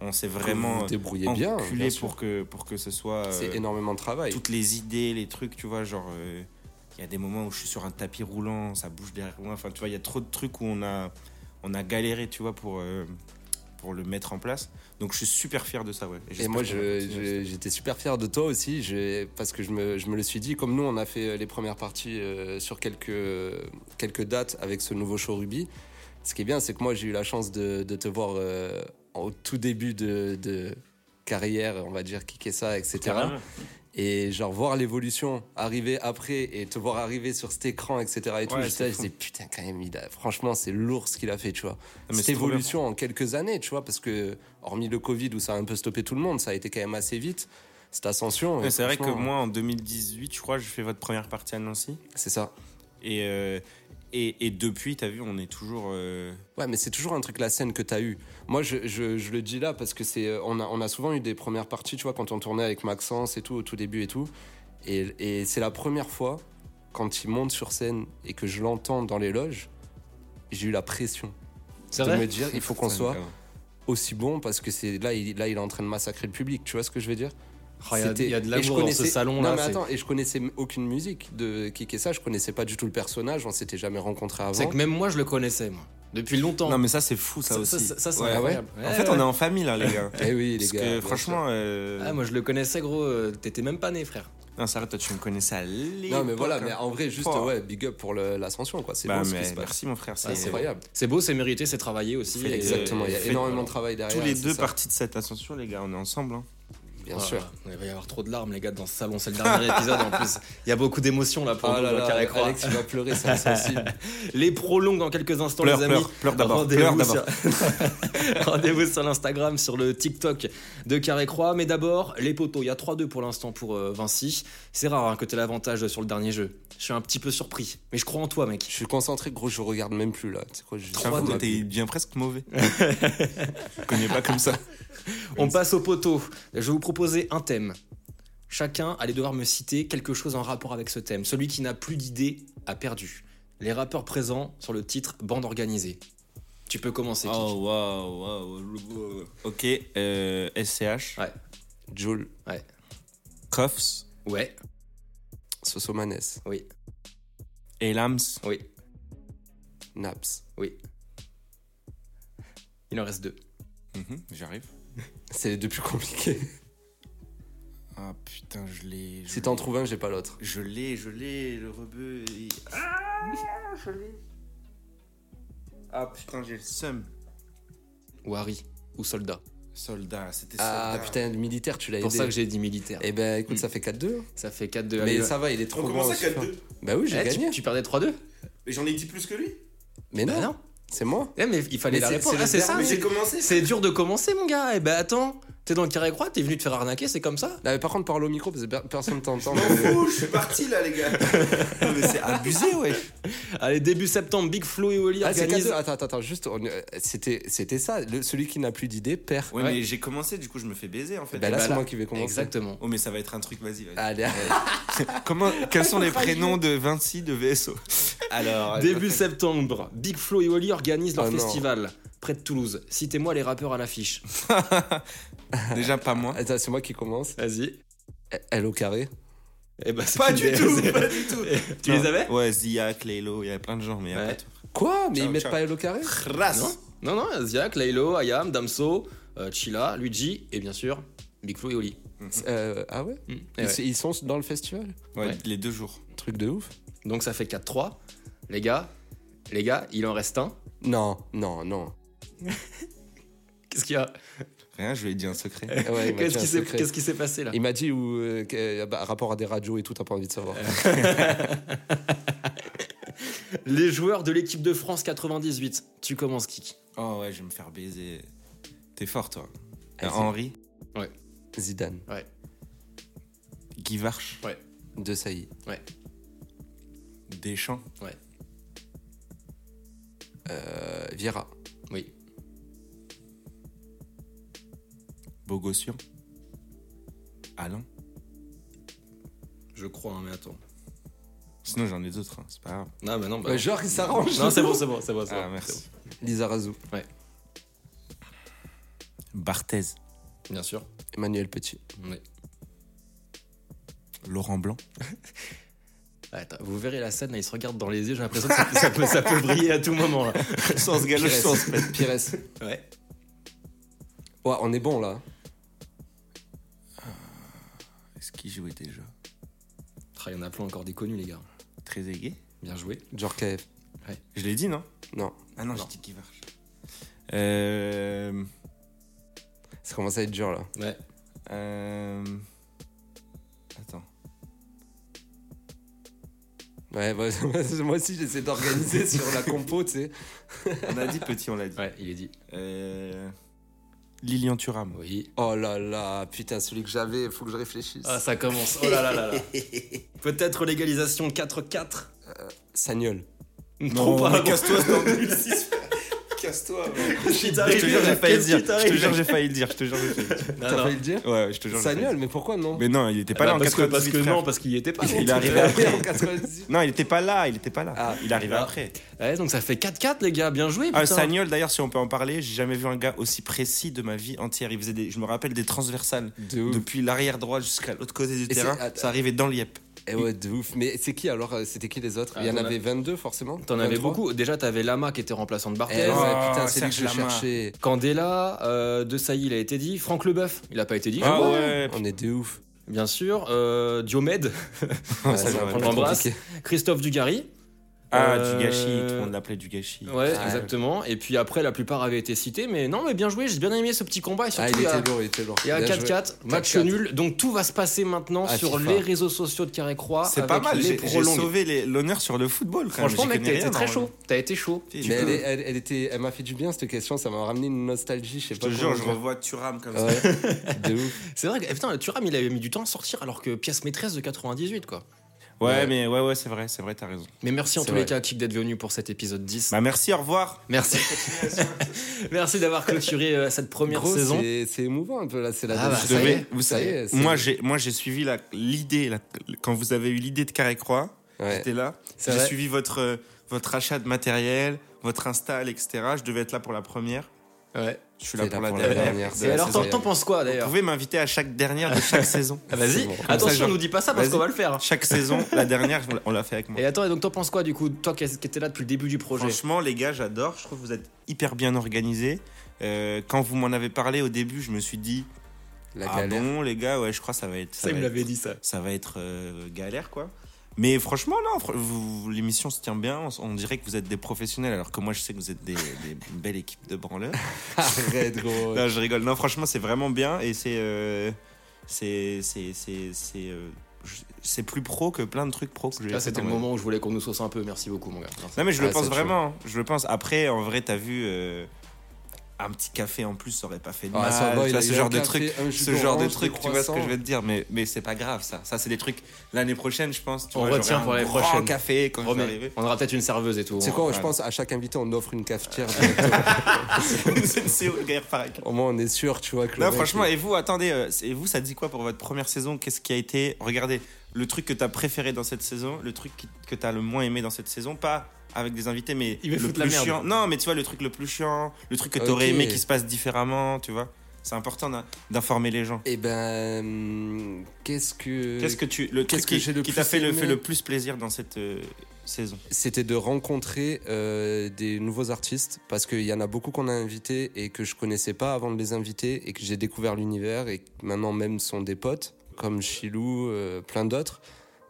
Speaker 3: on s'est
Speaker 1: Vous
Speaker 3: vraiment euh,
Speaker 1: vous débrouillez
Speaker 3: enculé
Speaker 1: bien. bien sûr.
Speaker 3: pour que pour que ce soit euh,
Speaker 1: C'est énormément de travail.
Speaker 3: toutes les idées, les trucs, tu vois, genre euh, il y a des moments où je suis sur un tapis roulant, ça bouge derrière moi, enfin tu vois, il y a trop de trucs où on a on a galéré, tu vois, pour euh, pour le mettre en place. Donc je suis super fier de ça, ouais.
Speaker 1: Et
Speaker 3: j'espère
Speaker 1: moi,
Speaker 3: qu'on va
Speaker 1: je-
Speaker 3: continuer.
Speaker 1: je- j'étais super fier de toi aussi, j'ai- parce que je me, je me le suis dit, comme nous, on a fait euh, les premières parties euh, sur quelques, quelques dates avec ce nouveau show Ruby. Ce qui est bien, c'est que moi, j'ai eu la chance de, de te voir euh, au tout début de, de carrière, on va dire, kicker ça, etc.
Speaker 3: Carrément.
Speaker 1: Et genre, voir l'évolution arriver après et te voir arriver sur cet écran, etc. Et tout,
Speaker 3: Ouais,
Speaker 1: j'étais
Speaker 3: c'est
Speaker 1: là, je
Speaker 3: fou.
Speaker 1: disais, putain, quand même, il a- franchement, c'est lourd ce qu'il a fait, tu vois
Speaker 3: mais
Speaker 1: cette
Speaker 3: c'est trop bien.
Speaker 1: évolution en quelques années, tu vois, parce que hormis le Covid où ça a un peu stoppé tout le monde, ça a été quand même assez vite cette ascension.
Speaker 3: Ouais,
Speaker 1: et
Speaker 3: c'est vrai que
Speaker 1: franchement,
Speaker 3: moi en 2018, je crois, je fais votre première partie à Nancy
Speaker 1: c'est ça.
Speaker 3: et euh, et, et depuis, t'as vu, on est toujours. euh,
Speaker 1: Ouais, mais c'est toujours un truc la scène que t'as eu. Moi, je, je- je le dis là parce que c'est euh, on a on a souvent eu des premières parties, tu vois, quand on tournait avec Maxence et tout au tout début et tout, et, et c'est la première fois quand il monte sur scène et que je l'entends dans les loges, j'ai eu la pression
Speaker 2: C'est
Speaker 1: de
Speaker 2: vrai
Speaker 1: me dire il faut qu'on
Speaker 3: ça,
Speaker 1: soit
Speaker 3: grave.
Speaker 1: aussi bon parce que c'est là il, là il est en train de massacrer le public tu vois ce que je veux dire
Speaker 2: Ah, il y a-
Speaker 1: C'était-
Speaker 2: il y a de
Speaker 1: et je
Speaker 2: l'amour dans ce
Speaker 1: connaissais-
Speaker 2: salon-là,
Speaker 1: non mais
Speaker 2: c'est-
Speaker 1: attends et je connaissais m- aucune musique de Kikessa je connaissais pas du tout le personnage on s'était jamais rencontré
Speaker 2: C'est
Speaker 1: avant
Speaker 2: que même moi, je le connaissais, moi. Depuis longtemps.
Speaker 3: Non mais ça c'est fou ça,
Speaker 2: Ça-
Speaker 3: aussi.
Speaker 2: ça- ça, c'est
Speaker 3: Ouais.
Speaker 2: incroyable.
Speaker 3: En
Speaker 2: Ouais,
Speaker 3: fait,
Speaker 2: ouais.
Speaker 3: on est en famille là, les gars.
Speaker 1: eh oui les
Speaker 3: Parce
Speaker 1: gars
Speaker 3: que
Speaker 1: bien
Speaker 3: franchement, euh,
Speaker 2: Ah, moi, je le connaissais, gros. euh, T'étais même pas né, frère.
Speaker 3: Non, ça arrête, toi, tu me connaissais à
Speaker 1: sûr.
Speaker 3: l'époque.
Speaker 1: non mais voilà
Speaker 3: hein.
Speaker 1: mais en vrai juste
Speaker 3: Oh.
Speaker 1: ouais big up pour le- l'ascension quoi c'est
Speaker 3: Bah,
Speaker 1: bon ce
Speaker 3: mais
Speaker 1: qui se passe
Speaker 3: merci, mon frère. C'est
Speaker 1: Ouais, c'est incroyable
Speaker 2: C'est beau, c'est mérité, c'est travaillé aussi. et- euh,
Speaker 1: exactement il y a
Speaker 3: faites-
Speaker 1: énormément de travail derrière
Speaker 3: Tous les
Speaker 1: c'est
Speaker 3: deux
Speaker 1: ça.
Speaker 3: parties de cette ascension, les gars, on est ensemble. hein.
Speaker 1: bien
Speaker 2: Ah,
Speaker 1: sûr.
Speaker 2: Il va y avoir trop de larmes, les gars, dans ce salon. C'est le dernier épisode en plus. Il y a beaucoup d'émotions là pour
Speaker 1: Ah
Speaker 2: nous,
Speaker 1: là
Speaker 2: dans
Speaker 1: là,
Speaker 2: Carré Croix.
Speaker 1: Alex, il va pleurer, c'est insensible.
Speaker 2: Les prolongues dans quelques instants,
Speaker 3: Pleure,
Speaker 2: les amis.
Speaker 3: pleure, pleure d'abord,
Speaker 2: Rendez-vous
Speaker 3: pleure d'abord.
Speaker 2: sur- Rendez-vous sur l'Instagram, sur le TikTok de Carré Croix. Mais d'abord, les poteaux. Il y a 3-2 pour l'instant pour euh, Vinci. C'est rare hein, que tu l'avantage sur le dernier jeu. Je suis un petit peu surpris. Mais je crois en toi, mec.
Speaker 1: Je suis concentré, gros, je regarde même plus là. Tu sais quoi, je-
Speaker 3: J'avoue,
Speaker 1: je-
Speaker 3: toi, t'es- il devient presque mauvais. Je connais pas comme ça.
Speaker 2: On passe au poteau. Je vais vous proposer un thème. Chacun allait devoir me citer quelque chose en rapport avec ce thème. Celui qui n'a plus d'idée a perdu. Les rappeurs présents sur le titre Bande organisée. Tu peux commencer. Kiki.
Speaker 3: Oh, waouh, waouh. Ok, euh, SCH,
Speaker 2: Ouais.
Speaker 1: Joule,
Speaker 3: Coffs,
Speaker 2: Ouais.
Speaker 1: Sosomanes,
Speaker 2: Oui.
Speaker 3: Elams,
Speaker 2: Oui.
Speaker 1: Naps.
Speaker 2: Oui. Il en reste deux.
Speaker 3: Mhm, j'arrive.
Speaker 1: C'est les deux plus compliqués.
Speaker 3: Ah putain, je l'ai. je
Speaker 1: Si t'en
Speaker 3: l'ai.
Speaker 1: trouves un, j'ai pas l'autre.
Speaker 3: Je l'ai, je l'ai, le rebeu. il- Ah, je l'ai. Ah putain, j'ai le seum.
Speaker 2: Ou Harry. Ou soldat.
Speaker 3: Soldat, c'était soldat.
Speaker 1: Ah putain, le militaire, tu l'as
Speaker 2: C'est
Speaker 1: aidé.
Speaker 2: pour ça que j'ai dit militaire. Mm.
Speaker 1: Eh ben écoute, ça fait 4-2.
Speaker 2: ça fait 4-2.
Speaker 1: Mais
Speaker 2: Allez,
Speaker 1: ça va, il est trop
Speaker 3: Mm. On
Speaker 1: bon.
Speaker 3: commence à
Speaker 1: au super.
Speaker 3: 4-2.
Speaker 1: Bah oui, j'ai
Speaker 2: eh, tu,
Speaker 1: gagné.
Speaker 2: tu perdais 3-2
Speaker 3: Mais j'en ai dit plus que lui.
Speaker 1: Mais
Speaker 2: Bah
Speaker 1: non,
Speaker 2: non.
Speaker 1: c'est moi.
Speaker 2: Eh, mais il fallait
Speaker 1: Mais
Speaker 2: la
Speaker 1: c'est-
Speaker 2: réponse.
Speaker 1: c'est le
Speaker 2: Ah, c'est ça.
Speaker 1: dernier.
Speaker 3: Mais
Speaker 2: C'est
Speaker 3: j'ai commencé.
Speaker 2: c'est dur de commencer, mon gars. Eh ben attends. T'es dans le carré croix, t'es venu te faire arnaquer, c'est comme ça
Speaker 1: Là, mais par contre, parle au micro parce que per- personne t'entend.
Speaker 3: Ouh, je suis parti là, les gars. Non, mais c'est abusé, ouais.
Speaker 2: Allez, début septembre, Big Flo et Oli
Speaker 1: Eh Ah, c'est
Speaker 2: organisent.
Speaker 1: 4-2. Attends, attends, attends, juste, on- euh, c'était c'était ça. Le- celui qui n'a plus d'idée perd.
Speaker 3: Ouais,
Speaker 2: Ouais.
Speaker 3: mais j'ai commencé, du coup, je me fais baiser en fait.
Speaker 1: Eh ben, là,
Speaker 3: Eh
Speaker 1: c'est moi qui vais commencer.
Speaker 2: bah Exactement.
Speaker 3: Oh, mais ça va être un truc, vas-y, vas-y.
Speaker 1: Allez,
Speaker 3: Comment, quels sont les prénoms de Vinci de VSO Alors.
Speaker 2: Début septembre, Big Flo et Oli organisent leur
Speaker 1: Ah, Oh non.
Speaker 2: festival près de Toulouse. Citez-moi les rappeurs à l'affiche.
Speaker 3: Déjà pas moi.
Speaker 1: attends, c'est moi qui commence.
Speaker 2: Vas-y.
Speaker 1: Elle au carré.
Speaker 2: Eh ben, c'est
Speaker 3: Pas
Speaker 2: une
Speaker 3: du
Speaker 2: des-
Speaker 3: tout, pas du tout.
Speaker 2: tu les avais
Speaker 3: Ouais, Zia, Clélo, il y avait plein de gens, mais il y a
Speaker 2: Ouais.
Speaker 3: pas tout.
Speaker 1: Quoi Mais
Speaker 3: Ciao,
Speaker 1: ils mettent
Speaker 3: ciao.
Speaker 1: pas elle au carré
Speaker 3: Crasse
Speaker 2: Non, non, Ziak, Laylo, Ayam, Damso, euh, Chila, Luigi et bien sûr Big Flo et Oli.
Speaker 1: Euh, Ah ouais,
Speaker 2: Mm.
Speaker 1: ils,
Speaker 2: Et ouais.
Speaker 1: ils sont dans le festival
Speaker 3: Ouais,
Speaker 2: Ouais.
Speaker 3: les deux jours.
Speaker 1: Truc de ouf.
Speaker 2: Donc ça fait 4-3. Les gars, les gars, il en reste un.
Speaker 1: Non, non, non.
Speaker 2: Qu'est-ce qu'il y a
Speaker 3: Rien, je lui ai dit un secret.
Speaker 1: Eh Ouais, il m'a dit
Speaker 2: Qu'est-ce
Speaker 1: un
Speaker 2: qui s'est-
Speaker 1: secret.
Speaker 2: qu'est-ce qui s'est passé là
Speaker 1: Il m'a dit où, euh, que- bah, rapport à des radios et tout, t'as pas envie de savoir.
Speaker 2: Les joueurs de l'équipe de France 98. Tu commences, Kik.
Speaker 3: Oh ouais, je vais me faire baiser. T'es fort, toi. Euh,
Speaker 1: Vas-y.
Speaker 3: Henri,
Speaker 1: Zidane,
Speaker 3: Guy Varche,
Speaker 1: De Sailly,
Speaker 3: Deschamps,
Speaker 1: euh, Viera,
Speaker 2: Oui.
Speaker 3: Bogossian, Alain.
Speaker 2: Je crois, hein, mais attends.
Speaker 3: Sinon, j'en ai d'autres, hein, c'est pas grave.
Speaker 2: Non, mais non. bah
Speaker 1: Euh,
Speaker 2: non.
Speaker 1: genre, il s'arrange.
Speaker 2: Non, c'est bon, c'est bon, c'est bon. c'est
Speaker 3: Ah,
Speaker 2: bon,
Speaker 3: merci.
Speaker 1: Lisa Razou,
Speaker 3: Barthez,
Speaker 2: c'est bon. Bien sûr.
Speaker 1: Emmanuel Petit,
Speaker 2: Oui.
Speaker 3: Laurent Blanc.
Speaker 2: Attends, vous verrez la scène, là, ils se regardent dans les yeux, j'ai l'impression que ça, ça peut, ça peut briller à tout moment. Là.
Speaker 3: Sans galoche,
Speaker 1: Pires.
Speaker 3: sans pète.
Speaker 1: Pires.
Speaker 2: Ouais.
Speaker 1: Ouais, on est bon là.
Speaker 3: Est-ce qu'il jouait déjà
Speaker 2: Ah, Il y en a plein encore des connus, les gars.
Speaker 3: Très aigué
Speaker 2: Bien joué.
Speaker 1: Genre KF.
Speaker 3: Je l'ai dit, non
Speaker 1: Non,
Speaker 3: Ah non, j'ai dit Guy Varche. Euh.
Speaker 1: ça commence à être dur là.
Speaker 2: Ouais.
Speaker 3: euh, Attends.
Speaker 1: Ouais, bah, moi aussi j'essaie d'organiser sur la compo, tu sais.
Speaker 3: On a dit petit, on l'a dit.
Speaker 2: Ouais, il est dit.
Speaker 3: Euh, Lilian Thuram.
Speaker 2: Oui.
Speaker 1: Oh là là, putain, celui que j'avais, faut que je réfléchisse.
Speaker 2: Ah, ça commence. Oh là là là là. Peut-être légalisation 4-4.
Speaker 1: Euh, Sagnol.
Speaker 2: Trop pas.
Speaker 3: casse-toi, Casse-toi.
Speaker 2: Qu'est-ce qui
Speaker 3: Je
Speaker 2: t'arrive,
Speaker 3: te jure, j'ai
Speaker 2: là
Speaker 3: failli le
Speaker 2: Qu'est-ce
Speaker 3: dire.
Speaker 2: qui
Speaker 3: Je te
Speaker 2: t'arrive
Speaker 3: jure, j'ai failli le dire. Je te jure, j'ai failli le dire.
Speaker 2: Non,
Speaker 1: T'as
Speaker 2: non.
Speaker 1: failli le dire
Speaker 3: Ouais, je te jure. j'ai failli le
Speaker 1: Sagnol, mais pourquoi non
Speaker 3: dire. Mais non, il était pas là en
Speaker 2: Bah, Ah parce que,
Speaker 3: 98.
Speaker 2: parce que
Speaker 3: frère.
Speaker 2: non, parce qu'il y était pas.
Speaker 3: Il-
Speaker 2: non.
Speaker 3: il est arrivé après.
Speaker 1: En 98.
Speaker 3: Non, il était pas là, il était pas là.
Speaker 1: Ah.
Speaker 3: il arrivait
Speaker 2: Ah.
Speaker 3: après.
Speaker 2: Ouais, donc ça fait 4-4, les gars. Bien joué.
Speaker 3: Ah,
Speaker 2: putain.
Speaker 3: Sagnol, d'ailleurs, si on peut en parler, j'ai jamais vu un gars aussi précis de ma vie entière. Il faisait des, je me rappelle des transversales.
Speaker 1: De ouf.
Speaker 3: Depuis l'arrière droit jusqu'à l'autre côté du
Speaker 1: c'est-
Speaker 3: terrain.
Speaker 2: ah,
Speaker 1: attends.
Speaker 3: Ça arrivait dans l'IEP.
Speaker 1: Eh ouais, de ouf. Mais c'est qui alors euh, C'était qui les autres
Speaker 2: Ah,
Speaker 1: Il y en
Speaker 2: t'en as-
Speaker 1: avait 22 forcément
Speaker 2: T'en avais
Speaker 1: 23.
Speaker 2: beaucoup. Déjà, t'avais Lama qui était remplaçant de
Speaker 1: Eh
Speaker 2: Barthez.
Speaker 1: ouais,
Speaker 3: Oh,
Speaker 1: putain, c'est lui que je
Speaker 3: Serge Lama.
Speaker 1: cherchais.
Speaker 2: Candela, euh, De Sailly, il a été dit. Franck Leboeuf, il a pas été dit.
Speaker 3: Ah ouais,
Speaker 1: On est de ouf.
Speaker 2: Bien sûr. Euh, Diomède,
Speaker 1: Ouais,
Speaker 3: ça, j'aurais
Speaker 1: va
Speaker 3: pas
Speaker 1: être
Speaker 2: l'embrasse.
Speaker 1: compliqué.
Speaker 2: Christophe Dugarry.
Speaker 3: Ah,
Speaker 2: Euh, Ah,
Speaker 3: du gâchis, tout le monde l'appelait du gâchis.
Speaker 2: Ouais, exactement. Et puis après, la plupart avaient été cités. Mais non, mais bien joué, j'ai bien aimé ce petit combat. Et surtout,
Speaker 1: Ah, il
Speaker 2: il y a-
Speaker 1: était lourd, il était lourd.
Speaker 2: il y a
Speaker 1: Bien joué.
Speaker 2: 4-4, match
Speaker 1: 4-4.
Speaker 2: nul. Donc tout va se passer maintenant
Speaker 1: À
Speaker 2: sur
Speaker 1: FIFA.
Speaker 2: les réseaux sociaux de Carré-Croix.
Speaker 3: C'est pas
Speaker 2: avec
Speaker 3: mal,
Speaker 2: les
Speaker 3: j'ai j'ai
Speaker 2: prolongues.
Speaker 3: sauvé les- l'honneur sur le football quand même.
Speaker 2: Franchement,
Speaker 3: j'y
Speaker 2: mec, t'as
Speaker 3: connais
Speaker 2: été
Speaker 3: rien,
Speaker 2: très
Speaker 3: normalement.
Speaker 2: chaud. T'as été chaud.
Speaker 3: Tu
Speaker 1: Mais elle,
Speaker 3: peux-
Speaker 1: est- elle, elle était, elle m'a fait du bien cette question, ça m'a ramené une nostalgie, je sais
Speaker 3: Je
Speaker 1: pas.
Speaker 3: te jure, je
Speaker 1: comment
Speaker 3: revois Turam comme
Speaker 1: dire.
Speaker 3: ça.
Speaker 1: Ouais, de ouf.
Speaker 2: C'est vrai que eh, putain, le Thuram, il avait mis du temps à sortir alors que pièce maîtresse de 98, quoi.
Speaker 3: Ouais, mais ouais, ouais, c'est vrai, c'est vrai, t'as raison.
Speaker 2: Mais merci en
Speaker 1: C'est
Speaker 2: tous les
Speaker 1: vrai.
Speaker 2: cas, Kik, d'être venu pour cet épisode 10.
Speaker 3: Bah merci, au revoir.
Speaker 2: Merci. merci d'avoir clôturé euh, cette première
Speaker 1: Gros,
Speaker 2: saison.
Speaker 1: c'est c'est émouvant un peu là, c'est la
Speaker 2: Ah bah, ça
Speaker 1: deuxième.
Speaker 3: Je
Speaker 2: y
Speaker 3: devais-
Speaker 2: est,
Speaker 3: vous
Speaker 1: ça y
Speaker 3: savez,
Speaker 1: est, c'est-
Speaker 3: moi j'ai moi j'ai suivi la- l'idée la- quand vous avez eu l'idée de Carré Croix,
Speaker 1: Ouais.
Speaker 3: j'étais là,
Speaker 1: C'est
Speaker 3: j'ai
Speaker 1: vrai.
Speaker 3: suivi votre euh, votre achat de matériel, votre install, etc. Je devais être là pour la première.
Speaker 2: Ouais.
Speaker 3: Je suis là,
Speaker 1: T'es
Speaker 3: pour, la, dernière. de
Speaker 2: Et
Speaker 3: la
Speaker 2: alors,
Speaker 3: saison.
Speaker 2: t'en t'en penses quoi
Speaker 3: bah, Vous
Speaker 2: d'ailleurs
Speaker 3: pouvez m'inviter à chaque dernière de chaque saison.
Speaker 2: Ah, Vas-y,
Speaker 1: C'est bon. Comme
Speaker 3: ça,
Speaker 2: attention,
Speaker 3: genre-
Speaker 2: nous dis pas ça parce
Speaker 3: Vas-y.
Speaker 2: qu'on va le faire.
Speaker 3: Chaque saison, la dernière, je vous la- on l'a fait avec moi.
Speaker 2: Et attends, et donc t'en penses quoi du coup, toi qui qui étais là depuis le début du projet
Speaker 3: Franchement, les gars, j'adore. Je trouve que vous êtes hyper bien organisés. Euh, quand vous m'en avez parlé au début, je me suis dit
Speaker 1: La
Speaker 3: ah
Speaker 1: galère.
Speaker 3: bon, les gars, ouais, je crois que ça va être ça, va, être,
Speaker 2: dit ça.
Speaker 3: ça va être, euh, galère quoi. Mais franchement, non, fr- vous- vous- l'émission se tient bien. On, s- on dirait que vous êtes des professionnels, alors que moi, je sais que vous êtes des, des- une belle équipe de branleurs.
Speaker 1: Arrête gros.
Speaker 3: Non, je rigole. Non, franchement, c'est vraiment bien et c'est euh, c'est c'est c'est c'est euh, je- c'est plus pro que plein de trucs pro que j'ai.
Speaker 2: Là,
Speaker 3: fait
Speaker 2: Ah, c'était
Speaker 3: dans
Speaker 2: le
Speaker 3: ma vie.
Speaker 2: moment où je voulais qu'on nous sauce un peu. Merci beaucoup, mon gars.
Speaker 3: Non mais je le
Speaker 1: Ah,
Speaker 3: pense
Speaker 1: c'est chaud.
Speaker 3: vraiment, hein. je le pense. Après, en vrai, t'as vu, euh, un petit café en plus, ça aurait pas fait de
Speaker 1: Ah,
Speaker 3: mal.
Speaker 1: ça va,
Speaker 3: tu
Speaker 1: il
Speaker 3: vois,
Speaker 1: a
Speaker 3: ce
Speaker 1: eu
Speaker 3: genre
Speaker 1: un
Speaker 3: de
Speaker 1: café,
Speaker 3: truc,
Speaker 1: un jus
Speaker 3: ce genre de
Speaker 1: d'orange,
Speaker 3: truc,
Speaker 1: des
Speaker 3: tu vois ce que je
Speaker 1: croissants.
Speaker 3: vais te dire. Mais, mais c'est pas grave, ça. Ça, c'est des trucs. L'année prochaine, je pense. Tu
Speaker 2: On
Speaker 3: vois, j'aurai
Speaker 2: retient
Speaker 3: un
Speaker 2: pour l'année
Speaker 3: grand
Speaker 2: prochaine.
Speaker 3: café quand je vais
Speaker 2: Romain,
Speaker 3: arriver.
Speaker 2: on aura peut-être une serveuse et tout.
Speaker 1: C'est
Speaker 2: hein.
Speaker 1: quoi,
Speaker 3: Ouais.
Speaker 1: je pense, à chaque invité, on offre une cafetière.
Speaker 3: c'est le gars, il repart avec.
Speaker 1: Au moins, on est sûr, tu vois. Que le
Speaker 3: Non,
Speaker 1: mec,
Speaker 3: franchement,
Speaker 1: il-
Speaker 3: et vous, attendez, euh, et vous, ça dit quoi pour votre première saison Qu'est-ce qui a été, regardez, le truc que t'as préféré dans cette saison, le truc qui- que t'as le moins aimé dans cette saison, pas avec des invités, mais
Speaker 2: Il va
Speaker 3: le
Speaker 2: foutre la
Speaker 3: plus
Speaker 2: merde.
Speaker 3: chiant. Non, mais tu vois, le truc le plus chiant, le truc que t'aurais
Speaker 1: Ok.
Speaker 3: aimé qui se passe différemment, tu vois. C'est important d'in- d'informer les gens.
Speaker 1: Eh ben, hum, qu'est-ce que.
Speaker 3: Qu'est-ce que tu, le truc
Speaker 1: qu'est-ce que
Speaker 3: qui,
Speaker 1: j'ai le
Speaker 3: qui t'a
Speaker 1: plus
Speaker 3: fait le,
Speaker 1: aimé
Speaker 3: fait le plus plaisir dans cette euh, saison
Speaker 1: c'était de rencontrer euh, des nouveaux artistes parce qu'il y en a beaucoup qu'on a invités et que je connaissais pas avant de les inviter et que j'ai découvert l'univers et que maintenant même sont des potes comme Chilou, euh, plein d'autres.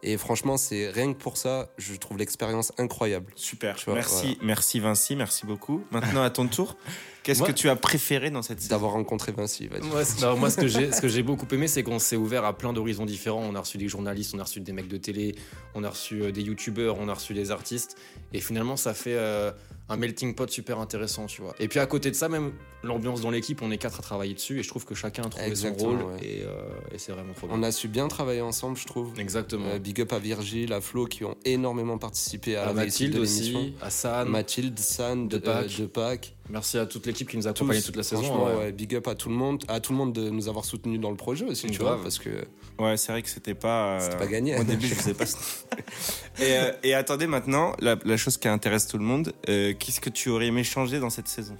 Speaker 1: Et franchement, c'est rien que pour ça, je trouve l'expérience incroyable.
Speaker 3: Super,
Speaker 1: Tu vois,
Speaker 3: merci,
Speaker 1: voilà.
Speaker 3: merci Vinci, merci beaucoup. Maintenant à ton tour, qu'est-ce
Speaker 2: Moi-
Speaker 3: que tu as préféré dans cette saison
Speaker 1: D'avoir rencontré Vinci, vas-y.
Speaker 2: Moi, c'est- non, moi, ce que j'ai, ce que j'ai beaucoup aimé, c'est qu'on s'est ouvert à plein d'horizons différents. On a reçu des journalistes, on a reçu des mecs de télé, on a reçu euh, des youtubeurs, on a reçu des artistes. Et finalement, ça fait euh, un melting pot super intéressant, tu vois. Et puis à côté de ça, même l'ambiance dans l'équipe, on est quatre à travailler dessus. Et je trouve que chacun a trouvé
Speaker 1: Exactement,
Speaker 2: son rôle.
Speaker 1: ouais.
Speaker 2: Et, euh, et c'est vraiment trop bien.
Speaker 1: On a su bien travailler ensemble, je trouve.
Speaker 2: Exactement.
Speaker 1: Euh, big up à Virgile, à Flo qui ont énormément participé à,
Speaker 2: à
Speaker 1: la
Speaker 2: Mathilde
Speaker 1: réussite de l'émission.
Speaker 2: aussi, à San.
Speaker 1: Mathilde, San,
Speaker 2: Mm. De
Speaker 1: de, euh,
Speaker 2: Pâques.
Speaker 1: de Pâques.
Speaker 2: Merci à toute l'équipe qui nous a
Speaker 1: Tous,
Speaker 2: accompagnés toute la saison.
Speaker 1: franchement,
Speaker 2: ouais.
Speaker 1: ouais, Big up à tout le monde, à tout le monde de nous avoir soutenus dans le projet aussi, tu
Speaker 2: Grave.
Speaker 1: vois, parce que
Speaker 3: Ouais, c'est vrai que c'était pas. euh,
Speaker 1: C'était pas gagné.
Speaker 3: Au début, je faisais pas. ça. et, euh, et attendez, maintenant, la, la chose qui intéresse tout le monde, euh, qu'est-ce que tu aurais aimé changer dans cette saison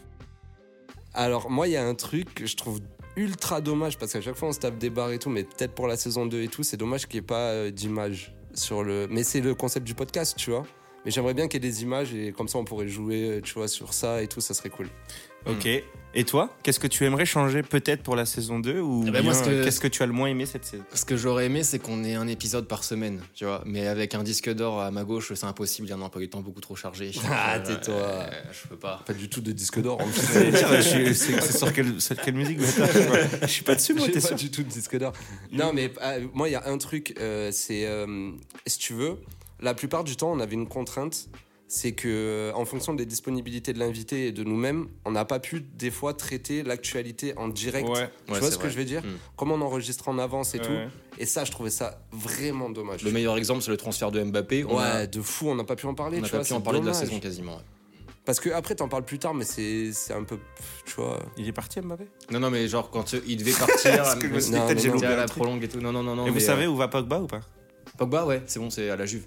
Speaker 1: Alors, moi, il y a un truc que je trouve ultra dommage parce qu'à chaque fois, on se tape des barres et tout, mais peut-être pour la saison 2 et tout, c'est dommage qu'il n'y ait pas euh, d'image sur le. Mais c'est le concept du podcast, tu vois. Mais j'aimerais bien qu'il y ait des images et comme ça, on pourrait jouer, euh, tu vois, sur ça et tout, ça serait cool.
Speaker 3: Ok. Et toi, qu'est-ce que tu aimerais changer peut-être pour la saison 2 Ou
Speaker 2: Eh
Speaker 3: bien,
Speaker 2: ben, moi, ce que-
Speaker 3: euh, qu'est-ce que tu as le moins aimé cette saison
Speaker 2: Ce que j'aurais aimé, c'est qu'on ait un épisode par semaine, tu vois. Mais avec un disque d'or à ma gauche, c'est impossible. Il y a un emploi du temps beaucoup trop chargé.
Speaker 1: Ah,
Speaker 2: Euh,
Speaker 1: tais-toi.
Speaker 2: euh, Je peux pas.
Speaker 1: Pas du tout de disque d'or en
Speaker 3: C'est
Speaker 1: plus.
Speaker 3: c'est sur quelle, sur quelle musique bâtard Je sais pas. Je suis pas dessus, moi,
Speaker 1: J'ai
Speaker 3: t'es
Speaker 1: pas
Speaker 3: sûr
Speaker 1: du tout de disque d'or. Non, mais euh, moi, il y a un truc, euh, c'est euh, si tu veux, la plupart du temps, on avait une contrainte, c'est que euh, en fonction des disponibilités de l'invité et de nous-mêmes, on n'a pas pu des fois traiter l'actualité en direct.
Speaker 3: Ouais, Hmm.
Speaker 1: tu
Speaker 2: ouais,
Speaker 1: vois
Speaker 2: c'est
Speaker 1: ce
Speaker 2: vrai.
Speaker 1: que je veux dire
Speaker 2: Mm.
Speaker 1: Comme on enregistre en avance et
Speaker 3: Ouais.
Speaker 1: tout. Et ça, je trouvais ça vraiment dommage.
Speaker 2: Le meilleur exemple, c'est le transfert de Mbappé. On
Speaker 1: Ouais,
Speaker 2: a-
Speaker 1: de fou, on n'a pas pu en parler.
Speaker 2: on n'a
Speaker 1: tu
Speaker 2: pas
Speaker 1: vois,
Speaker 2: pu en
Speaker 1: c'est
Speaker 2: parler de la
Speaker 1: dommage.
Speaker 2: saison quasiment. ouais.
Speaker 1: Parce que après, t'en parles plus tard, mais c'est c'est un peu, pff, tu vois.
Speaker 3: Il est parti, Mbappé
Speaker 2: Non, non, mais genre quand euh, il devait partir,
Speaker 3: Parce que je me suis dit,
Speaker 2: non,
Speaker 3: peut-être
Speaker 2: mais
Speaker 3: j'ai
Speaker 2: non,
Speaker 3: loupé
Speaker 2: à
Speaker 3: un
Speaker 2: la
Speaker 3: truc.
Speaker 2: prolongue et tout. Non, non, non, non.
Speaker 3: Et vous
Speaker 2: mais,
Speaker 3: savez
Speaker 2: euh,
Speaker 3: où va Pogba ou pas
Speaker 2: Pogba, ouais, c'est bon, c'est à la Juve.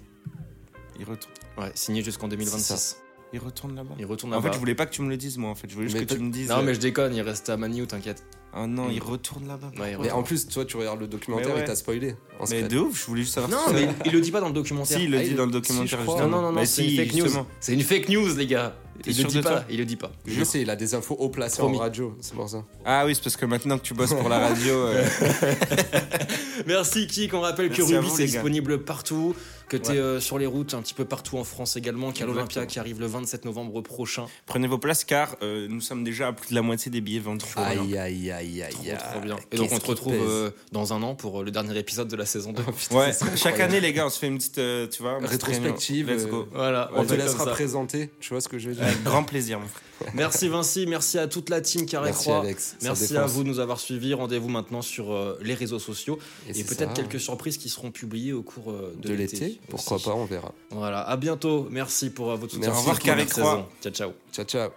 Speaker 3: il retourne,
Speaker 2: Ouais, signé jusqu'en 2026.
Speaker 3: il retourne là-bas.
Speaker 2: Il retourne
Speaker 3: En
Speaker 2: là-bas.
Speaker 3: fait, je voulais pas que tu me le dises, moi. En fait, je voulais juste
Speaker 1: Mais
Speaker 3: que tu
Speaker 1: peut-
Speaker 3: me dises.
Speaker 2: Non, mais
Speaker 3: euh,
Speaker 2: je déconne. Il reste à Manu, t'inquiète.
Speaker 3: Ah non, il retourne là-bas.
Speaker 2: Ouais, il
Speaker 1: Mais
Speaker 2: retourne.
Speaker 1: en plus, toi, tu regardes le documentaire
Speaker 3: Mais ouais.
Speaker 1: et t'as spoilé. en
Speaker 3: Mais
Speaker 1: secret.
Speaker 3: de ouf, je voulais juste savoir.
Speaker 2: Non,
Speaker 3: si
Speaker 2: mais
Speaker 3: ça-
Speaker 2: il, il le dit pas dans le documentaire.
Speaker 3: Si, il le
Speaker 2: Ah,
Speaker 3: dit dans le documentaire.
Speaker 1: je crois.
Speaker 3: justement.
Speaker 2: Non, non, non,
Speaker 3: Bah
Speaker 2: non, c'est
Speaker 3: si,
Speaker 2: une fake
Speaker 3: justement.
Speaker 2: news. C'est une fake news, les gars.
Speaker 3: T'es
Speaker 2: Il
Speaker 3: sûr
Speaker 2: le dit
Speaker 3: de toi
Speaker 2: pas. Il le dit pas.
Speaker 1: Je sais, il a des infos haut placées
Speaker 2: Promis.
Speaker 1: en radio, c'est pour ça.
Speaker 3: Ah oui, c'est parce que maintenant que tu bosses pour la radio. euh,
Speaker 2: Merci Kik, on rappelle
Speaker 3: Merci
Speaker 2: que
Speaker 3: à
Speaker 2: Ruby
Speaker 3: vous,
Speaker 2: c'est
Speaker 3: les gars.
Speaker 2: disponible partout, que tu es
Speaker 3: Ouais.
Speaker 2: sur les routes un petit peu partout en France également, qu'il y a l'Olympia qui arrive le 27 novembre prochain.
Speaker 3: Prenez vos places car euh, nous sommes déjà à plus de la moitié des billets vendus.
Speaker 1: Aïe, aïe, aïe, aïe,
Speaker 2: Trop,
Speaker 1: aïe.
Speaker 2: trop bien. Et
Speaker 1: Qu'est-ce
Speaker 2: donc on se
Speaker 1: qui
Speaker 2: retrouve
Speaker 1: pèse
Speaker 2: euh, dans un an pour euh, le dernier épisode de la saison 2.
Speaker 3: Ouais,
Speaker 1: c'est
Speaker 3: chaque
Speaker 1: incroyable.
Speaker 3: année, les gars, on se fait une petite, euh, tu vois, un petit
Speaker 1: Rétrospective,
Speaker 3: réunion. Let's
Speaker 1: euh,
Speaker 3: go.
Speaker 2: Voilà,
Speaker 1: On te
Speaker 2: fait
Speaker 1: laissera
Speaker 2: comme ça.
Speaker 1: présenter, tu vois ce que je veux dire
Speaker 3: Avec grand plaisir, mon frère.
Speaker 2: Merci Vinci, merci à toute la team Carré
Speaker 1: Merci,
Speaker 2: Croix.
Speaker 1: Alex. Ça
Speaker 2: Merci à
Speaker 1: défonce.
Speaker 2: vous de nous avoir suivis. Rendez-vous maintenant sur euh, les réseaux sociaux et,
Speaker 1: c'est
Speaker 2: peut-être
Speaker 1: ça.
Speaker 2: quelques surprises qui seront publiées au cours euh, de,
Speaker 1: de l'été,
Speaker 2: aussi.
Speaker 1: pourquoi pas, on verra.
Speaker 2: Voilà, à bientôt. Merci pour euh, votre soutien.
Speaker 1: Merci. Au revoir,
Speaker 2: Toute la
Speaker 3: Carré Croix.
Speaker 2: saison. Ciao, ciao.
Speaker 1: Ciao, ciao.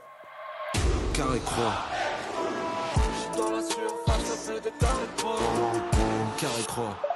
Speaker 6: Carré croix. Carré croix.